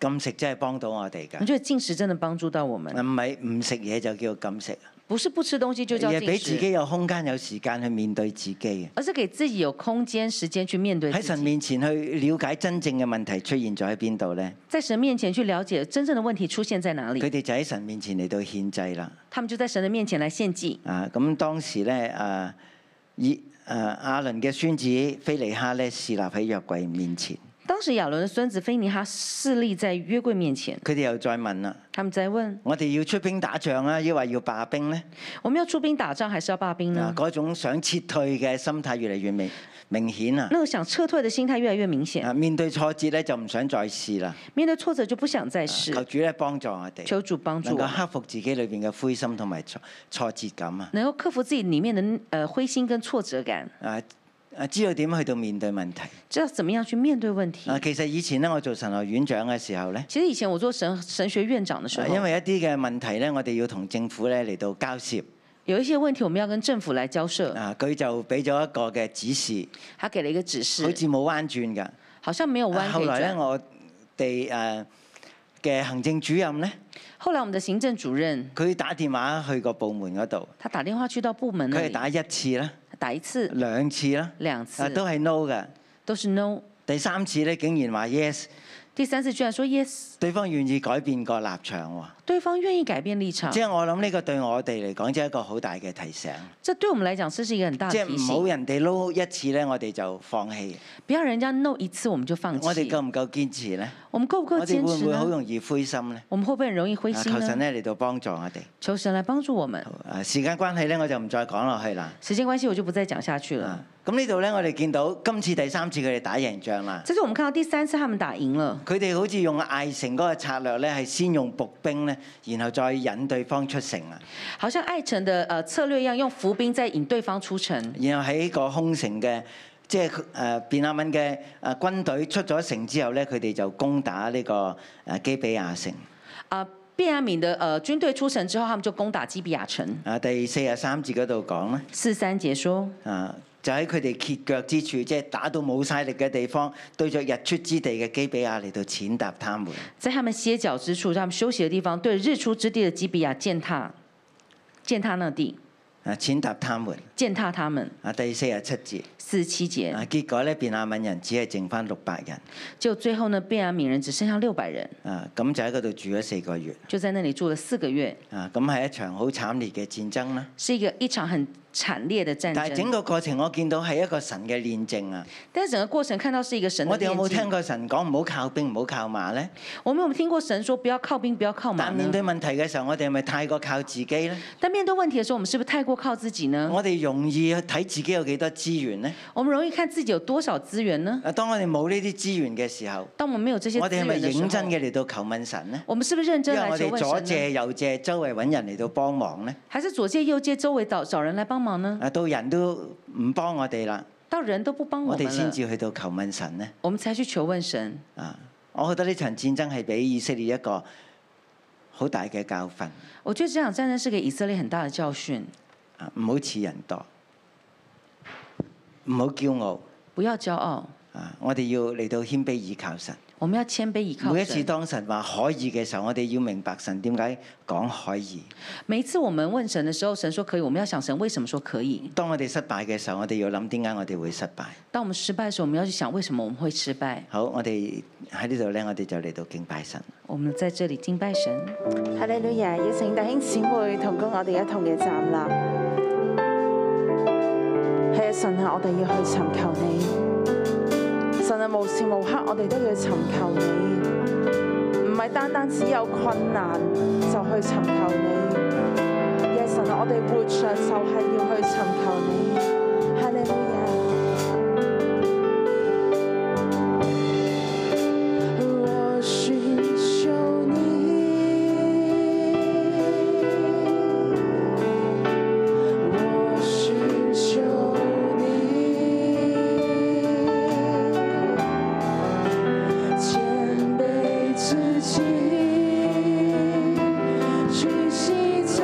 B: 禁食真係幫到我哋
C: 我
B: 㗎，
C: 觉得进食真的帮助到我们，
B: 唔係唔食嘢就叫禁食，
C: 不是不吃东西就
B: 而
C: 叫
B: 係
C: 进
B: 俾自
C: 食，
B: 己有空間、有時間去面對自己。
C: 而是给自己有空间、时间去面对
B: 喺
C: 自
B: 神
C: 己，
B: 面前去了解真正嘅問題出現咗喺邊度呢？
C: 在神面前去了解真正的问题出现在哪
B: 佢
C: 里。
B: 哋就喺神面前嚟到獻祭啦。
C: 他们就在神的面前来献祭。
B: 啊，咁當時咧，啊，以啊亞倫嘅孫子菲尼哈咧，侍立喺約櫃面前，
C: 当时亚伦的孙子菲尼哈势立在约柜面前，
B: 佢哋又再問啦：
C: 他们在问：
B: 我哋要出兵打仗啊，抑或要罷兵咧？
C: 我们要出兵打仗还是要罢兵
B: 啊
C: 呢，？
B: 嗰種想撤退嘅心態越嚟越明明顯啊！
C: 那个想撤退的心态越来越明显，
B: 啊，面對挫折咧就唔想再試啦。
C: 面对挫折就不想再试。
B: 求主咧幫助我哋，
C: 求主啊帮助
B: 啊能
C: 我
B: 夠
C: 们，
B: 克服自己裏邊嘅灰心同埋挫挫折感啊！
C: 能够克服自己里面的呃灰心跟挫折感，
B: 啊啊，知道點去到面對問題
C: 知道怎么样去面对问题
B: 啊！。其實以前咧，我做神學院長嘅時候咧。
C: 其实以前我做神神学院长的时
B: 啊
C: 候，
B: 因為一啲嘅問題咧，我哋要同政府咧嚟到交涉。
C: 有一些问题我们要跟政府来交涉，
B: 啊，佢就俾咗一個嘅指示，
C: 他给了一个指
B: 好
C: 示，
B: 似冇彎轉㗎。啊
C: 好像没有弯可
B: 後
C: 以
B: 來咧，
C: 转。
B: 我哋誒嘅行政主任咧，
C: 后来我们的行政主任
B: 佢打電話去個部門嗰度，
C: 他打电话去到部门那
B: 佢係
C: 里，
B: 打一次啦、
C: 打一次、
B: 兩次啦，
C: 两
B: 啊
C: 次
B: 都係 no 㗎。
C: 都是 no，
B: 第三次咧，竟然話 yes，
C: 第三次居然说 yes，
B: 對方願意改變個立場喎。
C: 对方愿意改变立场
B: 即，係我諗呢個對我哋嚟講，即係一個好大嘅提醒。
C: 这对我们来讲这是一个很大
B: 即
C: 的啊
B: 係
C: 提
B: 唔好
C: 醒。
B: 人哋撈一次咧，我哋就放棄。
C: 不要人家 no 一次我们就放
B: 我哋
C: 弃
B: 夠，唔夠堅持咧？
C: 我们够不够
B: 我哋
C: 坚
B: 會
C: 持
B: 唔會好
C: 呢？
B: 容易灰心咧？
C: 我们会不会很容易灰
B: 啊
C: 心
B: 求神
C: 呢？
B: 咧嚟到幫助我哋。
C: 求神来帮助我们。
B: 啊，時間關係咧，我就唔再講落去啦。
C: 时间关系，我就不再讲下去了。
B: 啊，咁呢度咧，我哋見到今次第三次佢哋打贏仗啦。
C: 这是我们看到第三次他们打赢了，
B: 佢哋好似用艾城嗰個策略咧，係先用步兵咧，然後再引對方出城啊，
C: 好像艾城的呃策略一樣，用伏兵在引对方出城，
B: 然後喺個空城嘅。即係誒便雅敏嘅誒軍隊出咗城之後咧，佢哋就攻打呢個誒基比亞城。
C: 啊、便雅敏的呃军队出城之后，他们就攻打基比亚城。
B: 啊，第四十三節嗰度講咧，
C: 四三节說，
B: 啊，就喺佢哋歇腳之處，即係打到冇晒力嘅地方，對着日出之地嘅基比亞嚟到踐踏他們。
C: 在他们歇脚之处，他们休息的地方，对日出之地的基比亚践踏。践踏那地，
B: 啊，踐踏他們
C: 践踏他们。
B: 啊，第四十七節
C: 四十七节，
B: 啊，結果咧便雅憫人只係剩翻六百人
C: 就最后呢，便雅悯人只剩下六百人，
B: 啊，咁就喺嗰度住咗四個月
C: 就在那里住了四个月，
B: 啊，咁係一場好慘烈嘅戰爭啦。
C: 是一个一場很惨烈的战
B: 但係整
C: 争。
B: 個過程我見到係一個神嘅練證啊！
C: 但是整个过程看到是一个神的
B: 我哋有冇
C: 炼
B: 聽
C: 净
B: 過神講唔好靠兵，唔好靠馬呢？
C: 我们有没有听过神说不要靠兵，不要靠马
B: 但面
C: 呢？
B: 對問題嘅時候，我哋係咪太過靠自己呢？
C: 但面对问题的时候，我们是不是太过靠自己呢？
B: 我哋容易睇自己有幾多資源呢？
C: 我们容易看自己有多少资源呢？
B: 啊，當我哋冇呢啲資源嘅時候，
C: 当我们没有这些
B: 我
C: 资
B: 哋係
C: 源
B: 咪
C: 的时
B: 認真
C: 候，
B: 嘅嚟到求問神呢？
C: 我们是不是认
B: 因
C: 真
B: 為
C: 来
B: 我
C: 求
B: 哋
C: 问
B: 左
C: 神啊呢？
B: 借右借，周圍揾人嚟到幫忙呢？
C: 还是左借右借，周围找找人来帮忙呢？
B: 啊，到人都唔幫我哋啦，
C: 到人都不帮
B: 我
C: 我
B: 哋
C: 们
B: 先
C: 了，
B: 至去到求問神呢。
C: 我们才去求问神。
B: 啊，我覺得呢場戰爭係俾以色列一個好大嘅教訓
C: 我觉得这场战争是给以色列很大的教训，
B: 啊，唔好似人多，唔好驕傲
C: 不要骄傲，
B: 啊！我哋要嚟到謙卑倚靠神。
C: 我们要谦卑依靠
B: 每一次
C: 神。
B: 當神話可以嘅時候，我哋要明白神點解講可以。
C: 每一次我们问神的时候，神说可以，我们要想神为什么说可以。
B: 當我哋失敗嘅時候，我哋要諗點解我哋會失敗。
C: 当我们失败的时候，我们要去想为什么我们会失败。
B: 好，我哋喺呢度呢，我哋就嚟到敬拜神。
C: 我们在这里敬拜神。
D: 哈利路亞！邀請弟兄姊妹同工，我哋一同嘅站立。係啊，神啊，我哋要去尋求你。神啊，無時無刻我哋都要尋求你，唔係單單只有困難就去尋求你。耶神啊，我哋活着就係要去尋求你。哈利路亞！我寻求你，我寻求你，谦卑自己，屈膝在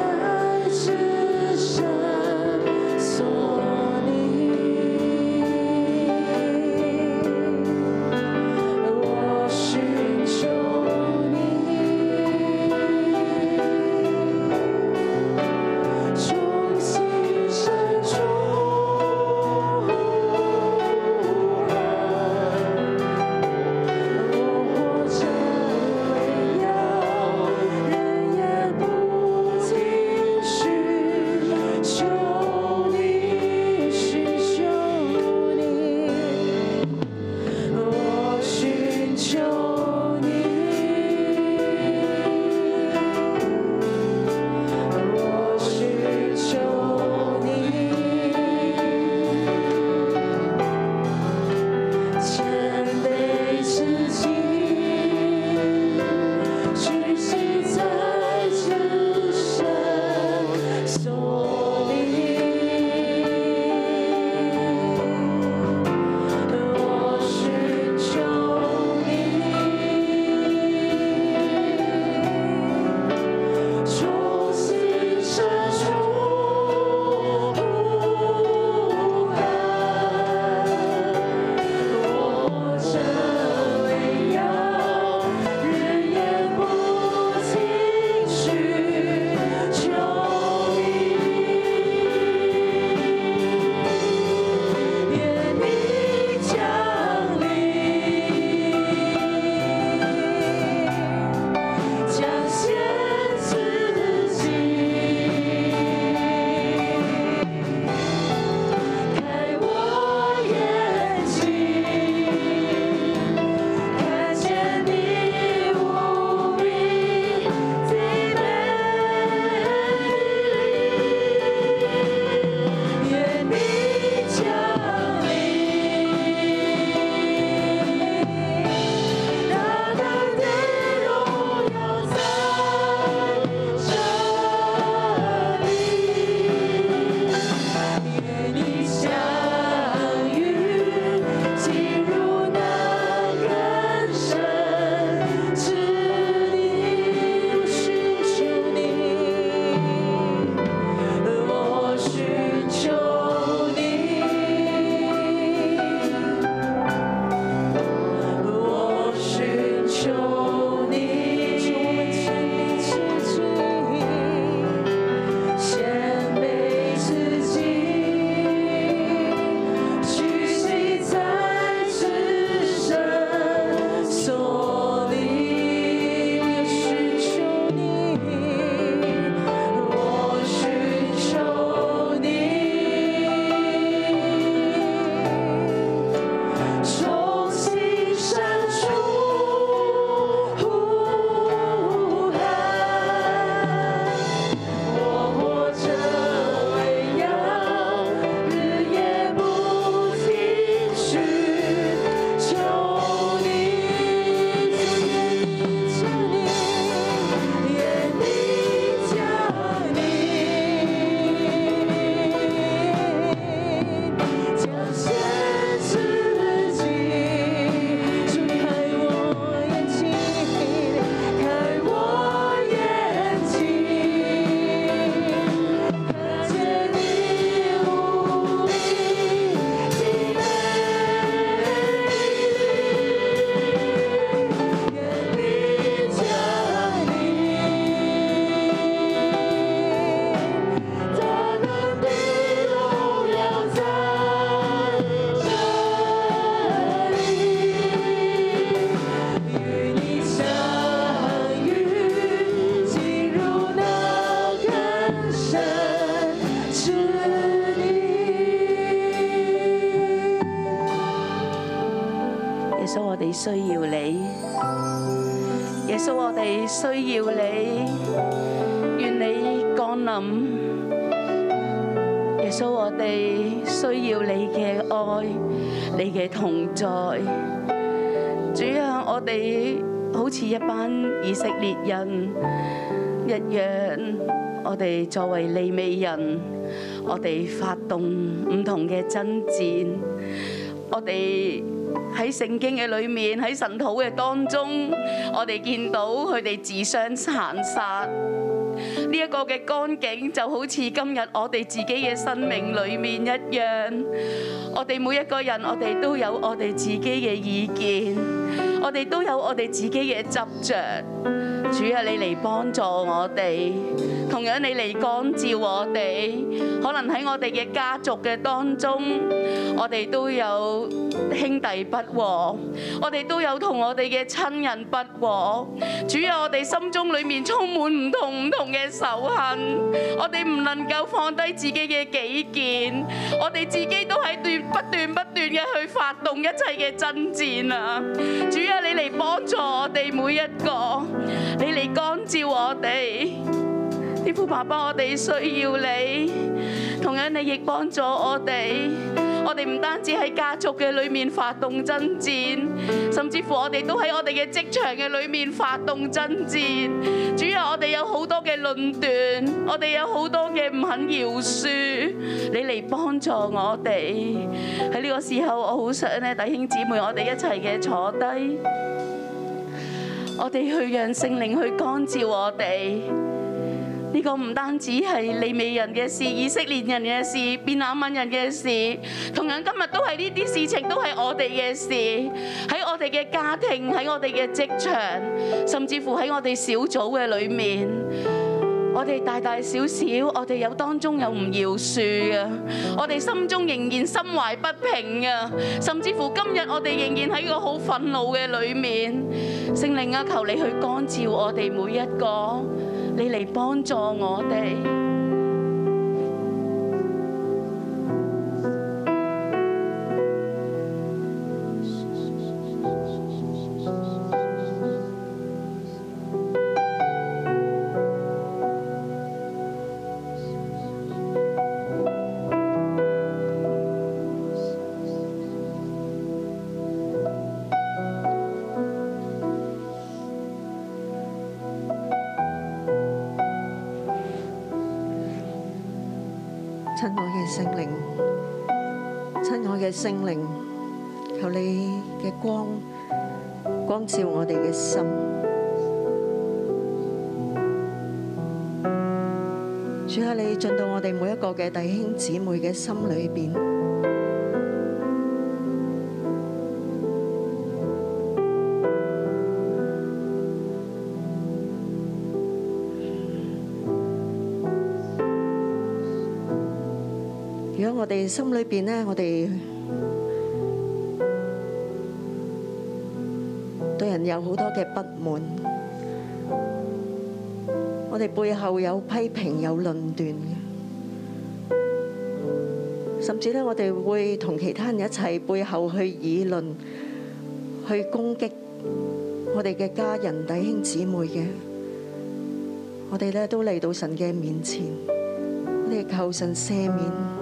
E: 哋需要你。耶穌，我哋需要你，願你降臨。耶穌，我哋需要你嘅愛，你嘅同在。主啊，我哋好似一班以色列人一樣，我哋作為利未人，我哋發動唔同嘅爭戰，我哋。喺聖經嘅裏面，喺神土嘅當中，我哋見到佢哋自相殘殺，呢一個嘅光景就好似今日我哋自己嘅生命裏面一樣。我哋每一個人，我哋都有我哋自己嘅意見，我哋都有我哋自己嘅執着。主啊，你嚟幫助我哋，同樣你嚟光照我哋。可能喺我哋嘅家族嘅當中，我哋都有兄弟不和，我哋都有同我哋嘅親人不和。主啊，我哋心中裏面充滿唔同唔同嘅仇恨，我哋唔能夠放低自己嘅己見，我哋自己都喺段不斷不斷嘅去發動一切嘅爭戰啊！主啊，你嚟幫助我哋每一個，你嚟光照我哋。天父爸爸，我哋需要你，同樣你亦幫助我哋。我哋唔單止喺家族嘅裏面發動爭戰，甚至乎我哋都喺我哋嘅職場嘅裏面發動爭戰。主啊，我哋有好多嘅論斷，我哋有好多嘅唔肯饒恕，你嚟幫助我哋。喺呢個時候，我好想咧，弟兄姊妹，我哋一齊嘅坐低，我哋去讓聖靈去光照我哋。呢個唔單止係利未人嘅事、以色列人嘅事、便雅憫人嘅事，同樣今日都係呢啲事情都係我哋嘅事，喺我哋嘅家庭、喺我哋嘅職場，甚至乎喺我哋小組嘅裏面。我哋大大小小，我哋有當中有唔饒恕嘅，我哋心中仍然心懷不平嘅，甚至乎今日我哋仍然喺個好憤怒嘅裏面。聖靈啊，求你去光照我哋每一個，你嚟幫助我哋。
F: 親愛嘅聖靈，親愛嘅聖靈，求你嘅光光照我哋嘅心。主啊，你進到我哋每一個嘅弟兄姊妹嘅心裏邊。如果我哋心裏邊呢，我哋對人有好多嘅不滿，我哋背後有批評有論斷嘅，甚至呢，我哋會同其他人一齊背後去議論、去攻擊我哋嘅家人弟兄姊妹嘅，我哋呢都嚟到神嘅面前，我哋求神赦免。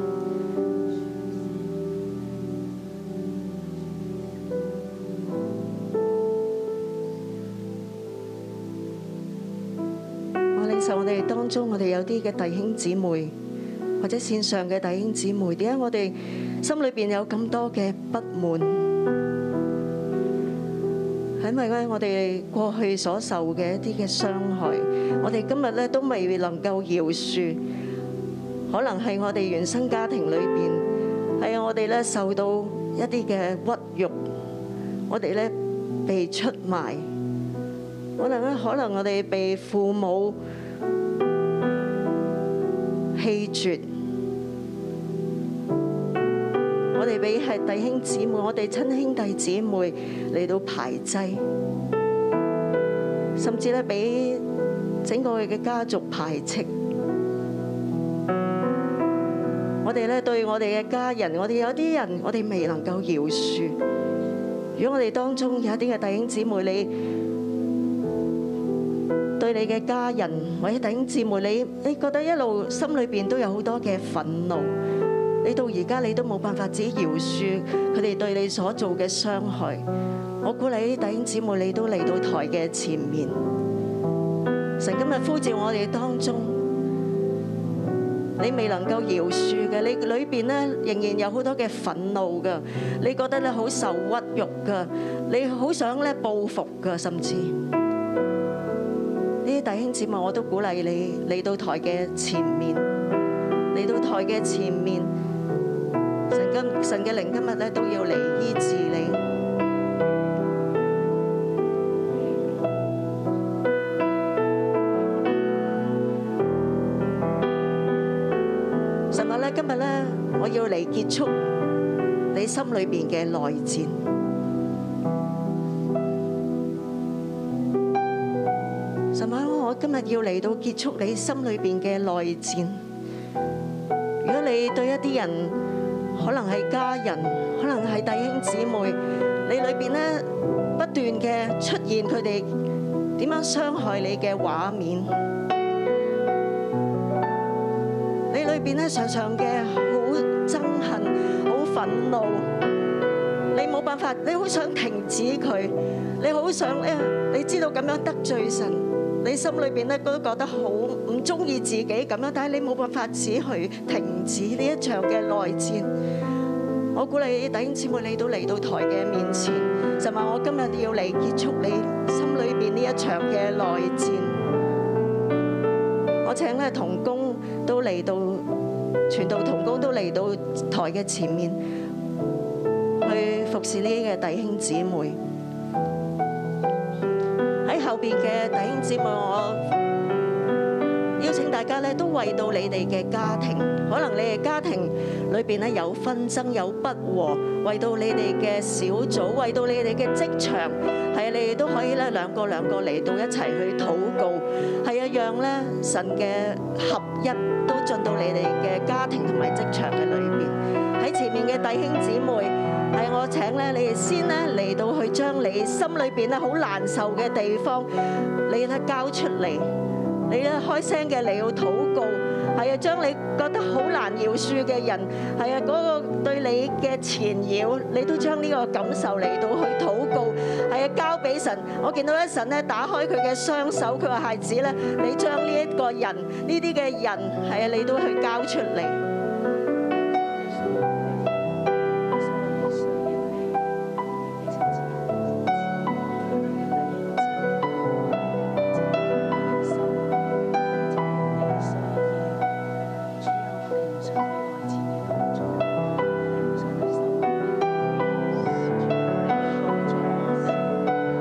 F: 我領受我哋當中，我哋有啲嘅弟兄姊妹，或者線上嘅弟兄姊妹，點解我哋心裏邊有咁多嘅不滿？係因為咧，我哋過去所受嘅一啲嘅傷害，我哋今日咧都未能夠饒恕，可能係我哋原生家庭裏邊，係我哋咧受到一啲嘅屈辱，我哋咧被出賣。可能咧，可能我哋被父母棄絕，我哋俾係弟兄姊妹，我哋親兄弟姊妹嚟到排擠，甚至咧俾整個嘅家族排斥。我哋咧對我哋嘅家人，我哋有啲人我哋未能夠饒恕。如果我哋當中有一啲嘅弟兄姊妹，你對你嘅家人或者弟兄姊妹，你你覺得一路心裏邊都有好多嘅憤怒，你到而家你都冇辦法自己饒恕佢哋對你所做嘅傷害。我鼓勵啲弟兄姊妹，你都嚟到台嘅前面。神今日呼召我哋當中。你未能夠饒恕嘅，你裏邊咧仍然有好多嘅憤怒嘅，你覺得咧好受屈辱嘅，你好想咧報復嘅，甚至呢啲弟兄姊妹，我都鼓勵你嚟到台嘅前面，嚟到台嘅前面，神今神嘅靈今日咧都要嚟醫治你。神話咧，今日咧，我要嚟結束你心裏邊嘅內戰。神話，我今日要嚟到結束你心裏邊嘅內戰。如果你對一啲人，可能係家人，可能係弟兄姊妹，你裏邊咧不斷嘅出現佢哋點樣傷害你嘅畫面。你裏邊咧常常嘅好憎恨、好憤怒，你冇辦法，你好想停止佢，你好想咧，你知道咁樣得罪神，你心裏邊咧都覺得好唔中意自己咁樣，但係你冇辦法只去停止呢一場嘅內戰。我鼓勵弟兄姊妹，你都嚟到台嘅面前，就話我今日要嚟結束你心裏邊呢一場嘅內戰。我請咧童工都嚟到，全道童工都嚟到台嘅前面去服侍呢啲嘅弟兄姊妹。喺後邊嘅弟兄姊妹，我邀請大家咧都為到你哋嘅家庭，可能你哋家庭裏邊咧有紛爭有不和，為到你哋嘅小組，為到你哋嘅職場，係啊，你哋都可以咧兩個兩個嚟到一齊去禱告。係啊，讓咧神嘅合一都進到你哋嘅家庭同埋職場嘅裏邊。喺前面嘅弟兄姊妹，係我請咧你哋先咧嚟到去將你心裏邊咧好難受嘅地方，你咧交出嚟，你咧開聲嘅嚟到禱告。係啊，將你覺得好難饒恕嘅人，係啊，嗰、個對你嘅纏繞，你都將呢個感受嚟到去禱告。係啊，交俾神。我見到咧，神咧打開佢嘅雙手，佢話：孩子咧，你將呢一個人，呢啲嘅人，係啊，你都去交出嚟。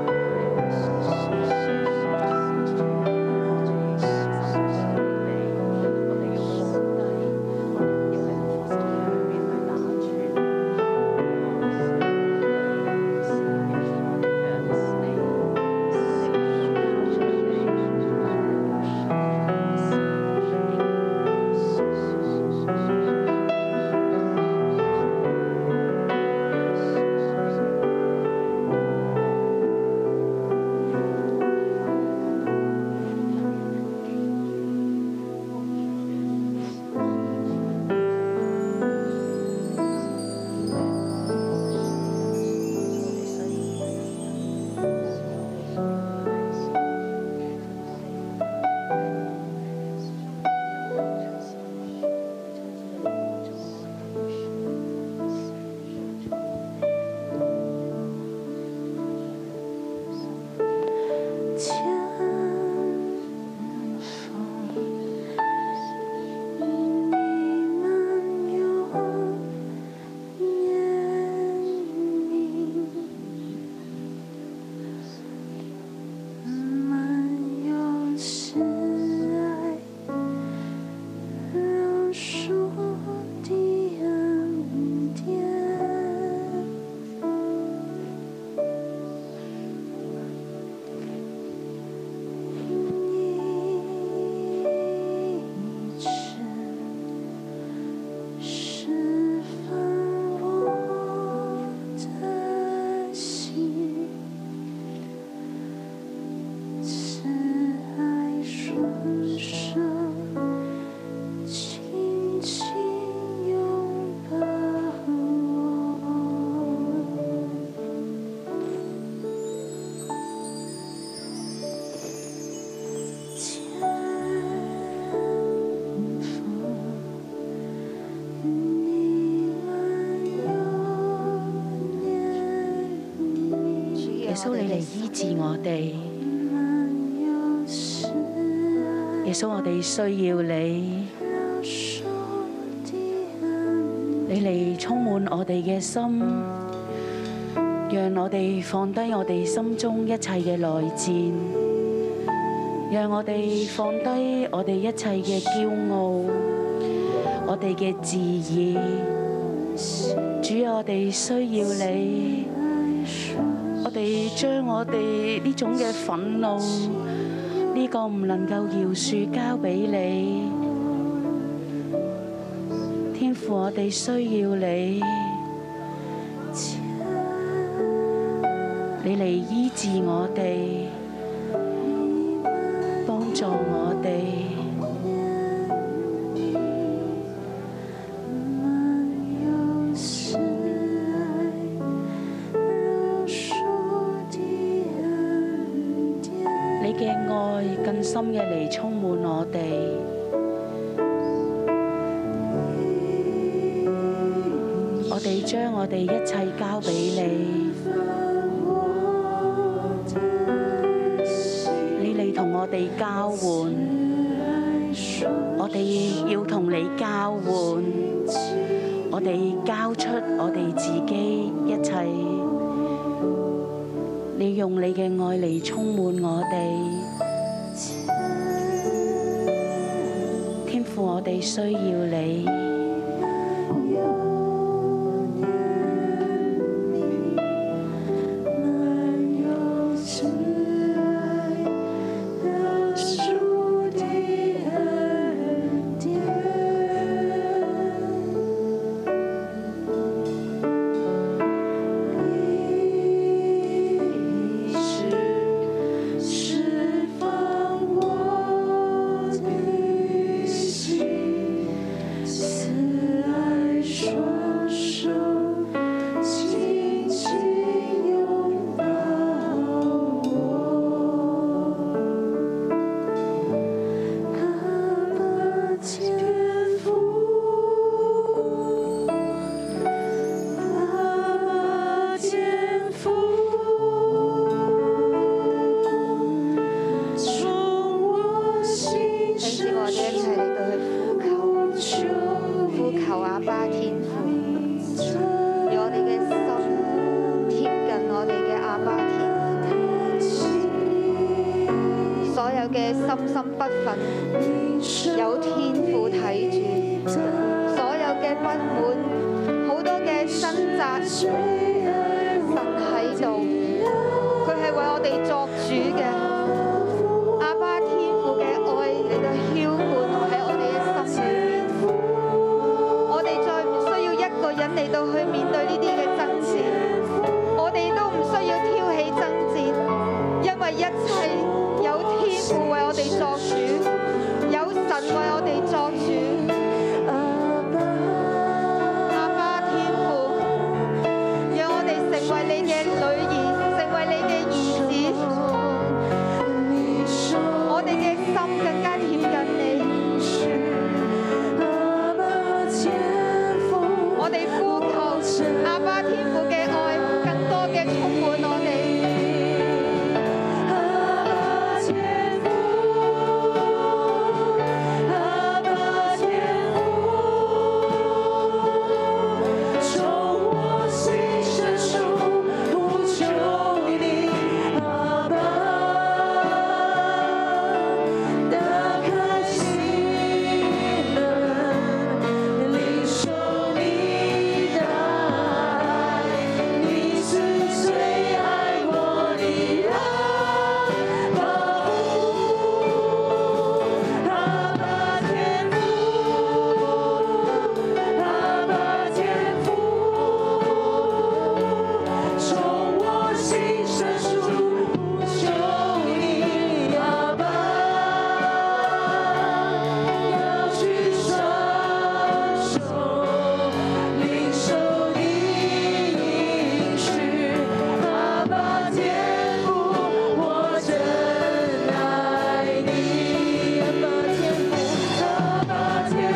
F: 我哋嘅兄弟，我哋嘅
G: 穌你嚟醫治我哋。耶穌，我哋需要你，你嚟充滿我哋嘅心，讓我哋放低我哋心中一切嘅內戰，讓我哋放低我哋一切嘅驕傲，我哋嘅自義。主，我哋需要你。我哋將我哋呢種嘅憤怒，呢、個唔能夠饒恕交俾你。天父，我哋需要你，你嚟醫治我哋，幫助我哋。你嘅愛更深嘅嚟充滿我哋。我哋將我哋一切交俾你，你嚟同我哋交換，我哋要同你交換，我哋交出我哋自己一切。你用你嘅愛嚟充滿我哋，天父，我哋需要你。
H: 甚至我哋一齊嚟到去呼求，呼求阿爸天父，讓我哋嘅心貼近我哋嘅阿爸天父，所有嘅心心不忿有天父睇住，所有嘅不滿，好多嘅掙扎，神喺度，佢係為我哋作主嘅。阿爸天父嘅愛嚟到澆灌喺我哋嘅心裏面，我哋再唔需要一個人嚟到去面對呢啲嘅爭戰，我哋都唔需要挑起爭戰，因為一切有天父為我哋作主，有神為我哋作主。阿爸天父，
I: 啊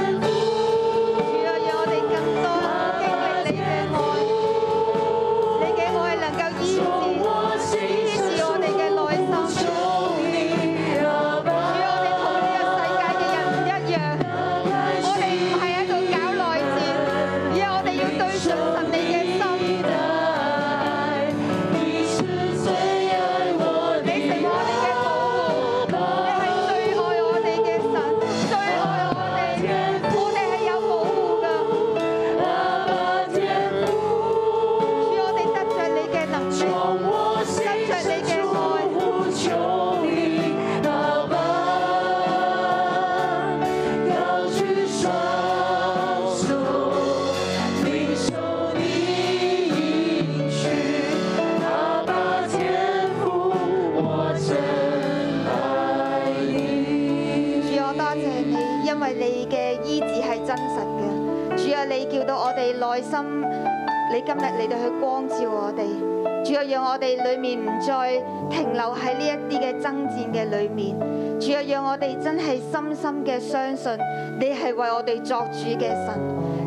I: 真實嘅。主啊，你叫到我哋內心，你今日嚟到去光照我哋。主啊，讓我哋裏面唔再停留喺呢一啲嘅爭戰嘅裏面。主啊，讓我哋真係深深嘅相信，你係為我哋作主嘅神。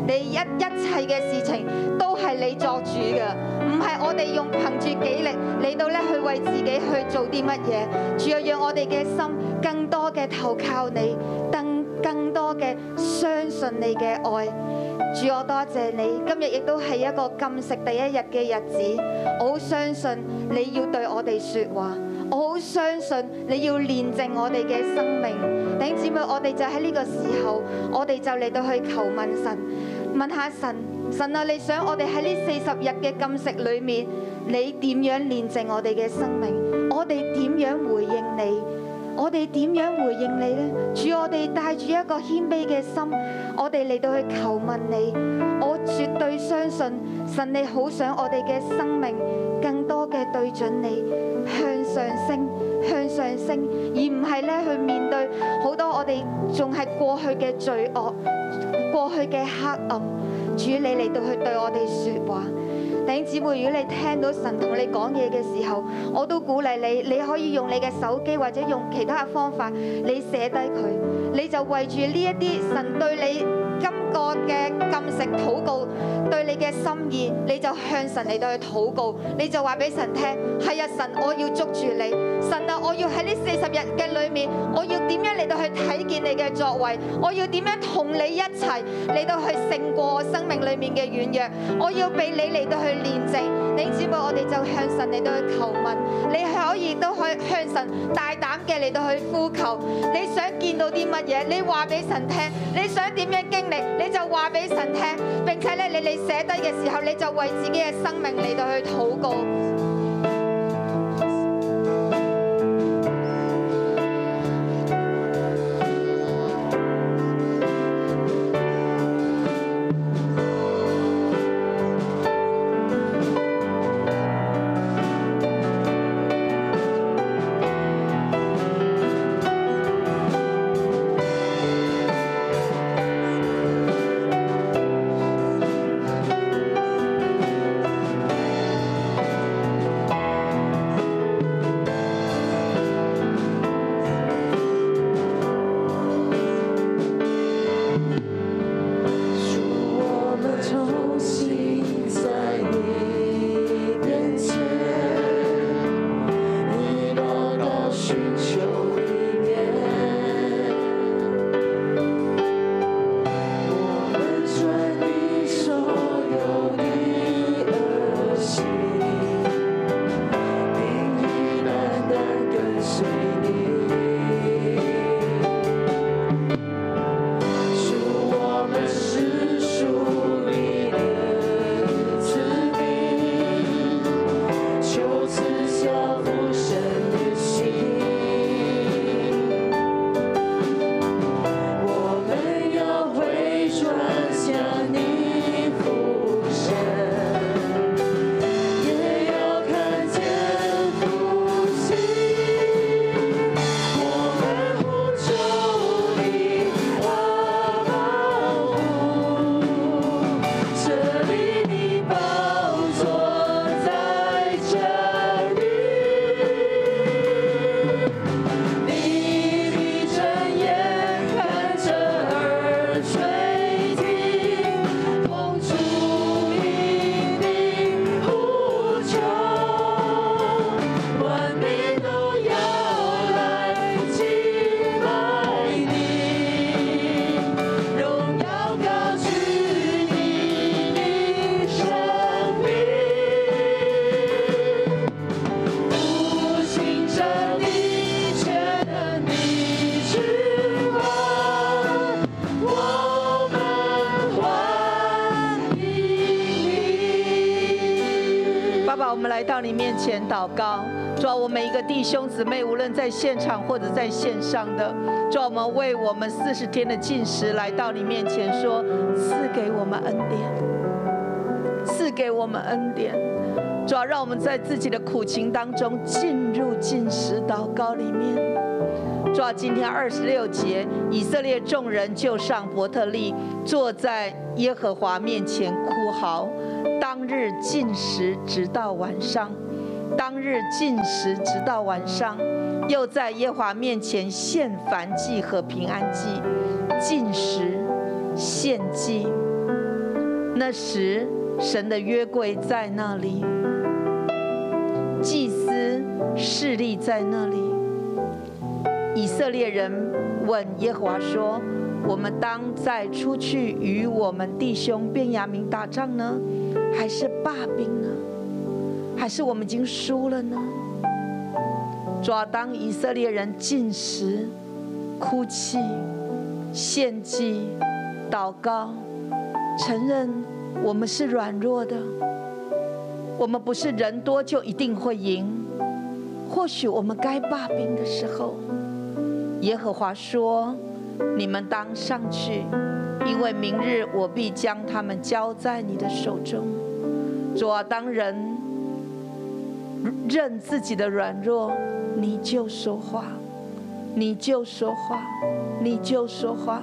I: 你一一切嘅事情都係你作主嘅，唔係我哋用憑住己力嚟到咧去為自己去做啲乜嘢。主啊，讓我哋嘅心更多嘅投靠你，更更多嘅相信你嘅愛。主，我多謝你，今日亦都係一個禁食第一日嘅日子，我好相信你要對我哋說話。我好相信你要煉淨我哋嘅生命，弟兄姊妹，我哋就喺呢個時候，我哋就嚟到去求問神，問下神，神啊，你想我哋喺呢四十日嘅禁食裏面，你點樣煉淨我哋嘅生命？我哋點樣回應你？我哋點樣回應你呢？主，我哋帶住一個謙卑嘅心，我哋嚟到去求問你。我絕對相信神，你好想我哋嘅生命更多嘅對準你，向上升，向上升，而唔係咧去面對好多我哋仲係過去嘅罪惡、過去嘅黑暗。主，你嚟到去對我哋説話。弟兄姊妹，如果你聽到神同你講嘢嘅時候，我都鼓勵你，你可以用你嘅手機或者用其他嘅方法，你寫低佢，你就為住呢一啲神對你今個嘅禁食禱告，對你嘅心意，你就向神嚟到去禱告，你就話俾神聽，係啊，神，我要捉住你，神啊，我要喺呢四十日嘅裏面，我要點樣嚟到去睇見你嘅作為，我要點樣同你一齊嚟到去勝過我生命裏面嘅軟弱，我要俾你嚟到去煉淨。弟兄姊妹，我哋就向神嚟到去求問，你可以都可以向神大膽嘅嚟到去呼求，你想見到啲乜嘢，你話俾神聽，你想點樣經歷，你就話俾神聽，並且咧你你寫低嘅時候，你就為自己嘅生命嚟到去禱告。
H: 主，我们同行在你面前，你祷告寻求一面。我们传递所有的恶行，定义单单跟随你。是我们是属你的子民，求赐降服神的心。我们要回转向你俯身，也要看见复兴。我们呼求你阿爸父，这里你宝座在这里，你闭着眼看着耳垂听，碰触一定呼求。万民都要来敬拜你，荣耀高举你的生命，复兴着你全能的指望，我们欢迎你。
J: 爸爸，我们来到你面前祷告，主啊，我们每一个弟兄姊妹，无论在现场或者在线上的，主啊，我们为我们四十天的进食来到你面前说，赐给我们恩典，赐给我们恩典，主啊，让我们在自己的苦情当中进入进食祷告里面。主啊，今天二十六节，以色列众人就上伯特利，坐在耶和华面前哭嚎，当日进食直到晚上。当日进食直到晚上，又在耶和华面前献燔祭和平安祭，进食、献祭。那时，神的约柜在那里，祭司势力在那里。以色列人问耶和华说：“我们当再出去与我们弟兄便雅明打仗呢，还是罢兵呢？”还是我们已经输了呢？主要当以色列人进食、哭泣、献祭、祷告，承认我们是软弱的，我们不是人多就一定会赢。或许我们该罢兵的时候，耶和华说：“你们当上去，因为明日我必将他们交在你的手中。”主啊，当人认自己的软弱，你就说话，你就说话，你就说话。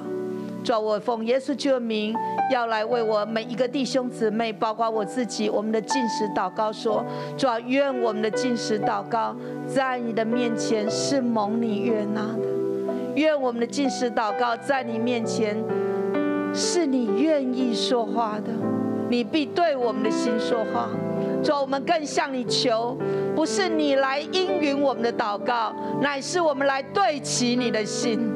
J: 主啊，我奉耶稣基督的名，要来为我每一个弟兄姊妹，包括我自己，我们的进食祷告说：主啊，愿我们的进食祷告在你的面前是蒙你悦纳的，愿我们的进食祷告在你面前是你愿意说话的，你必对我们的心说话。主啊，我们更向你求，不是你来应允我们的祷告，乃是我们来对齐你的心。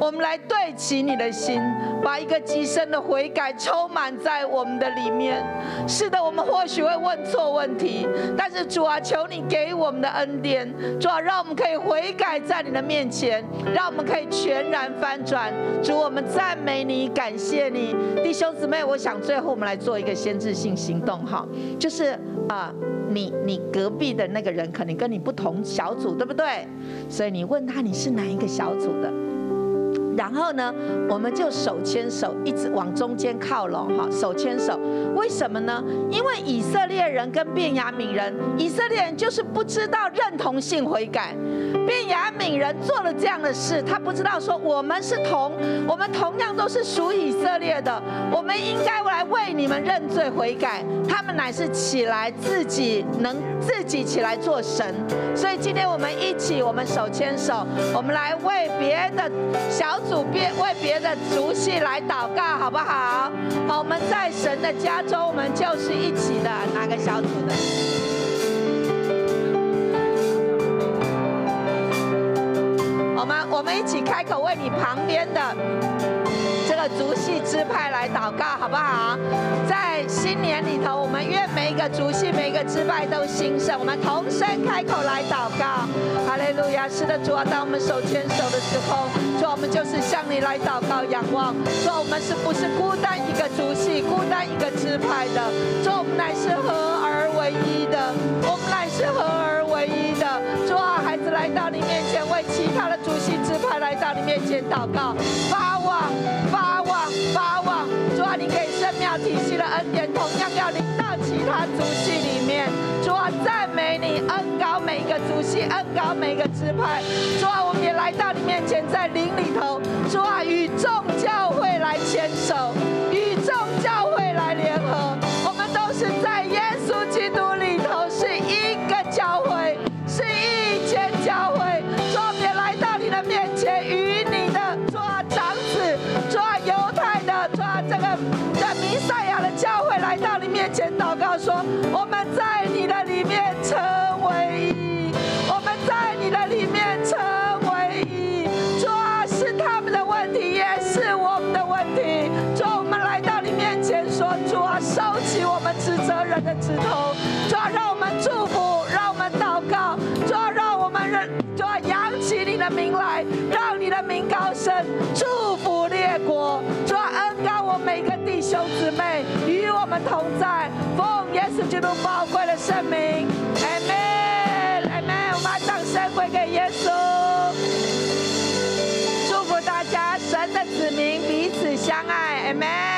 J: 我们来对齐你的心，把一个极深的悔改充满在我们的里面。是的，我们或许会问错问题，但是主啊，求你给我们的恩典，主啊，让我们可以悔改在你的面前，让我们可以全然翻转。主，我们赞美你，感谢你，弟兄姊妹，我想最后我们来做一个先知性行动，哈，就是啊、你你隔壁的那个人可能跟你不同小组，对不对？所以你问他你是哪一个小组的。然后呢，我们就手牵手一直往中间靠拢，哈，手牵手。为什么呢？因为以色列人跟便雅悯人，以色列人就是不知道认同性悔改。便雅悯人做了这样的事，他不知道说我们是同，我们同样都是属以色列的，我们应该来为你们认罪悔改。他们乃是起来自己能自己起来做神。所以今天我们一起，我们手牵手，我们来为别的小组别为别的族系来祷告，好不好？好，我们在神的家中，我们就是一起的，哪个小组的？我们我们一起开口为你旁边的这个族系支派来祷告，好不好？在新年里头，我们愿每一个族系、每一个支派都兴盛。我们同声开口来祷告，哈利路亚！是的，主啊，当我们手牵手的时候，主啊，我们就是向你来祷告、仰望。主啊，我们是不是孤单一个族系、孤单一个支派的？主啊，我们乃是合而为一的，我们乃是合而为一的。主啊，孩子来到你面前，为其他的主席支派来到你面前祷告，发旺，发旺，发旺。主啊，你给圣庙体系的恩典，同样要临到其他族系里面。主啊，赞美你，恩高每一个族系，恩高每一个支派。主啊，我们也来到你面前，在灵里头，主啊，与众教会来牵手，与众教会来联合。我们都是在耶稣基督里头是一个教会，是一间教会。主啊，我们也来到你的面前，与你的主啊长子，主啊犹太的，主啊这个这弥赛亚的教会来到你面前祷告说，我们在你的里面成为一，我们在你的里面成为一。主啊，是他们的问题，也是我们的问题。主啊，我们来到你面前说，主啊，收起我们指责人的指头。主啊，让我们祝福，让我们祷告。主啊，让我们人，主啊，扬起你的名来，让你的名高升，祝福列国。主啊，恩高我每个弟兄姊妹，与我们同在。奉耶稣基督宝贵的圣名，Amen。Amen。我们把掌声归给耶稣。祝福大家，神的子民彼此相爱，Amen。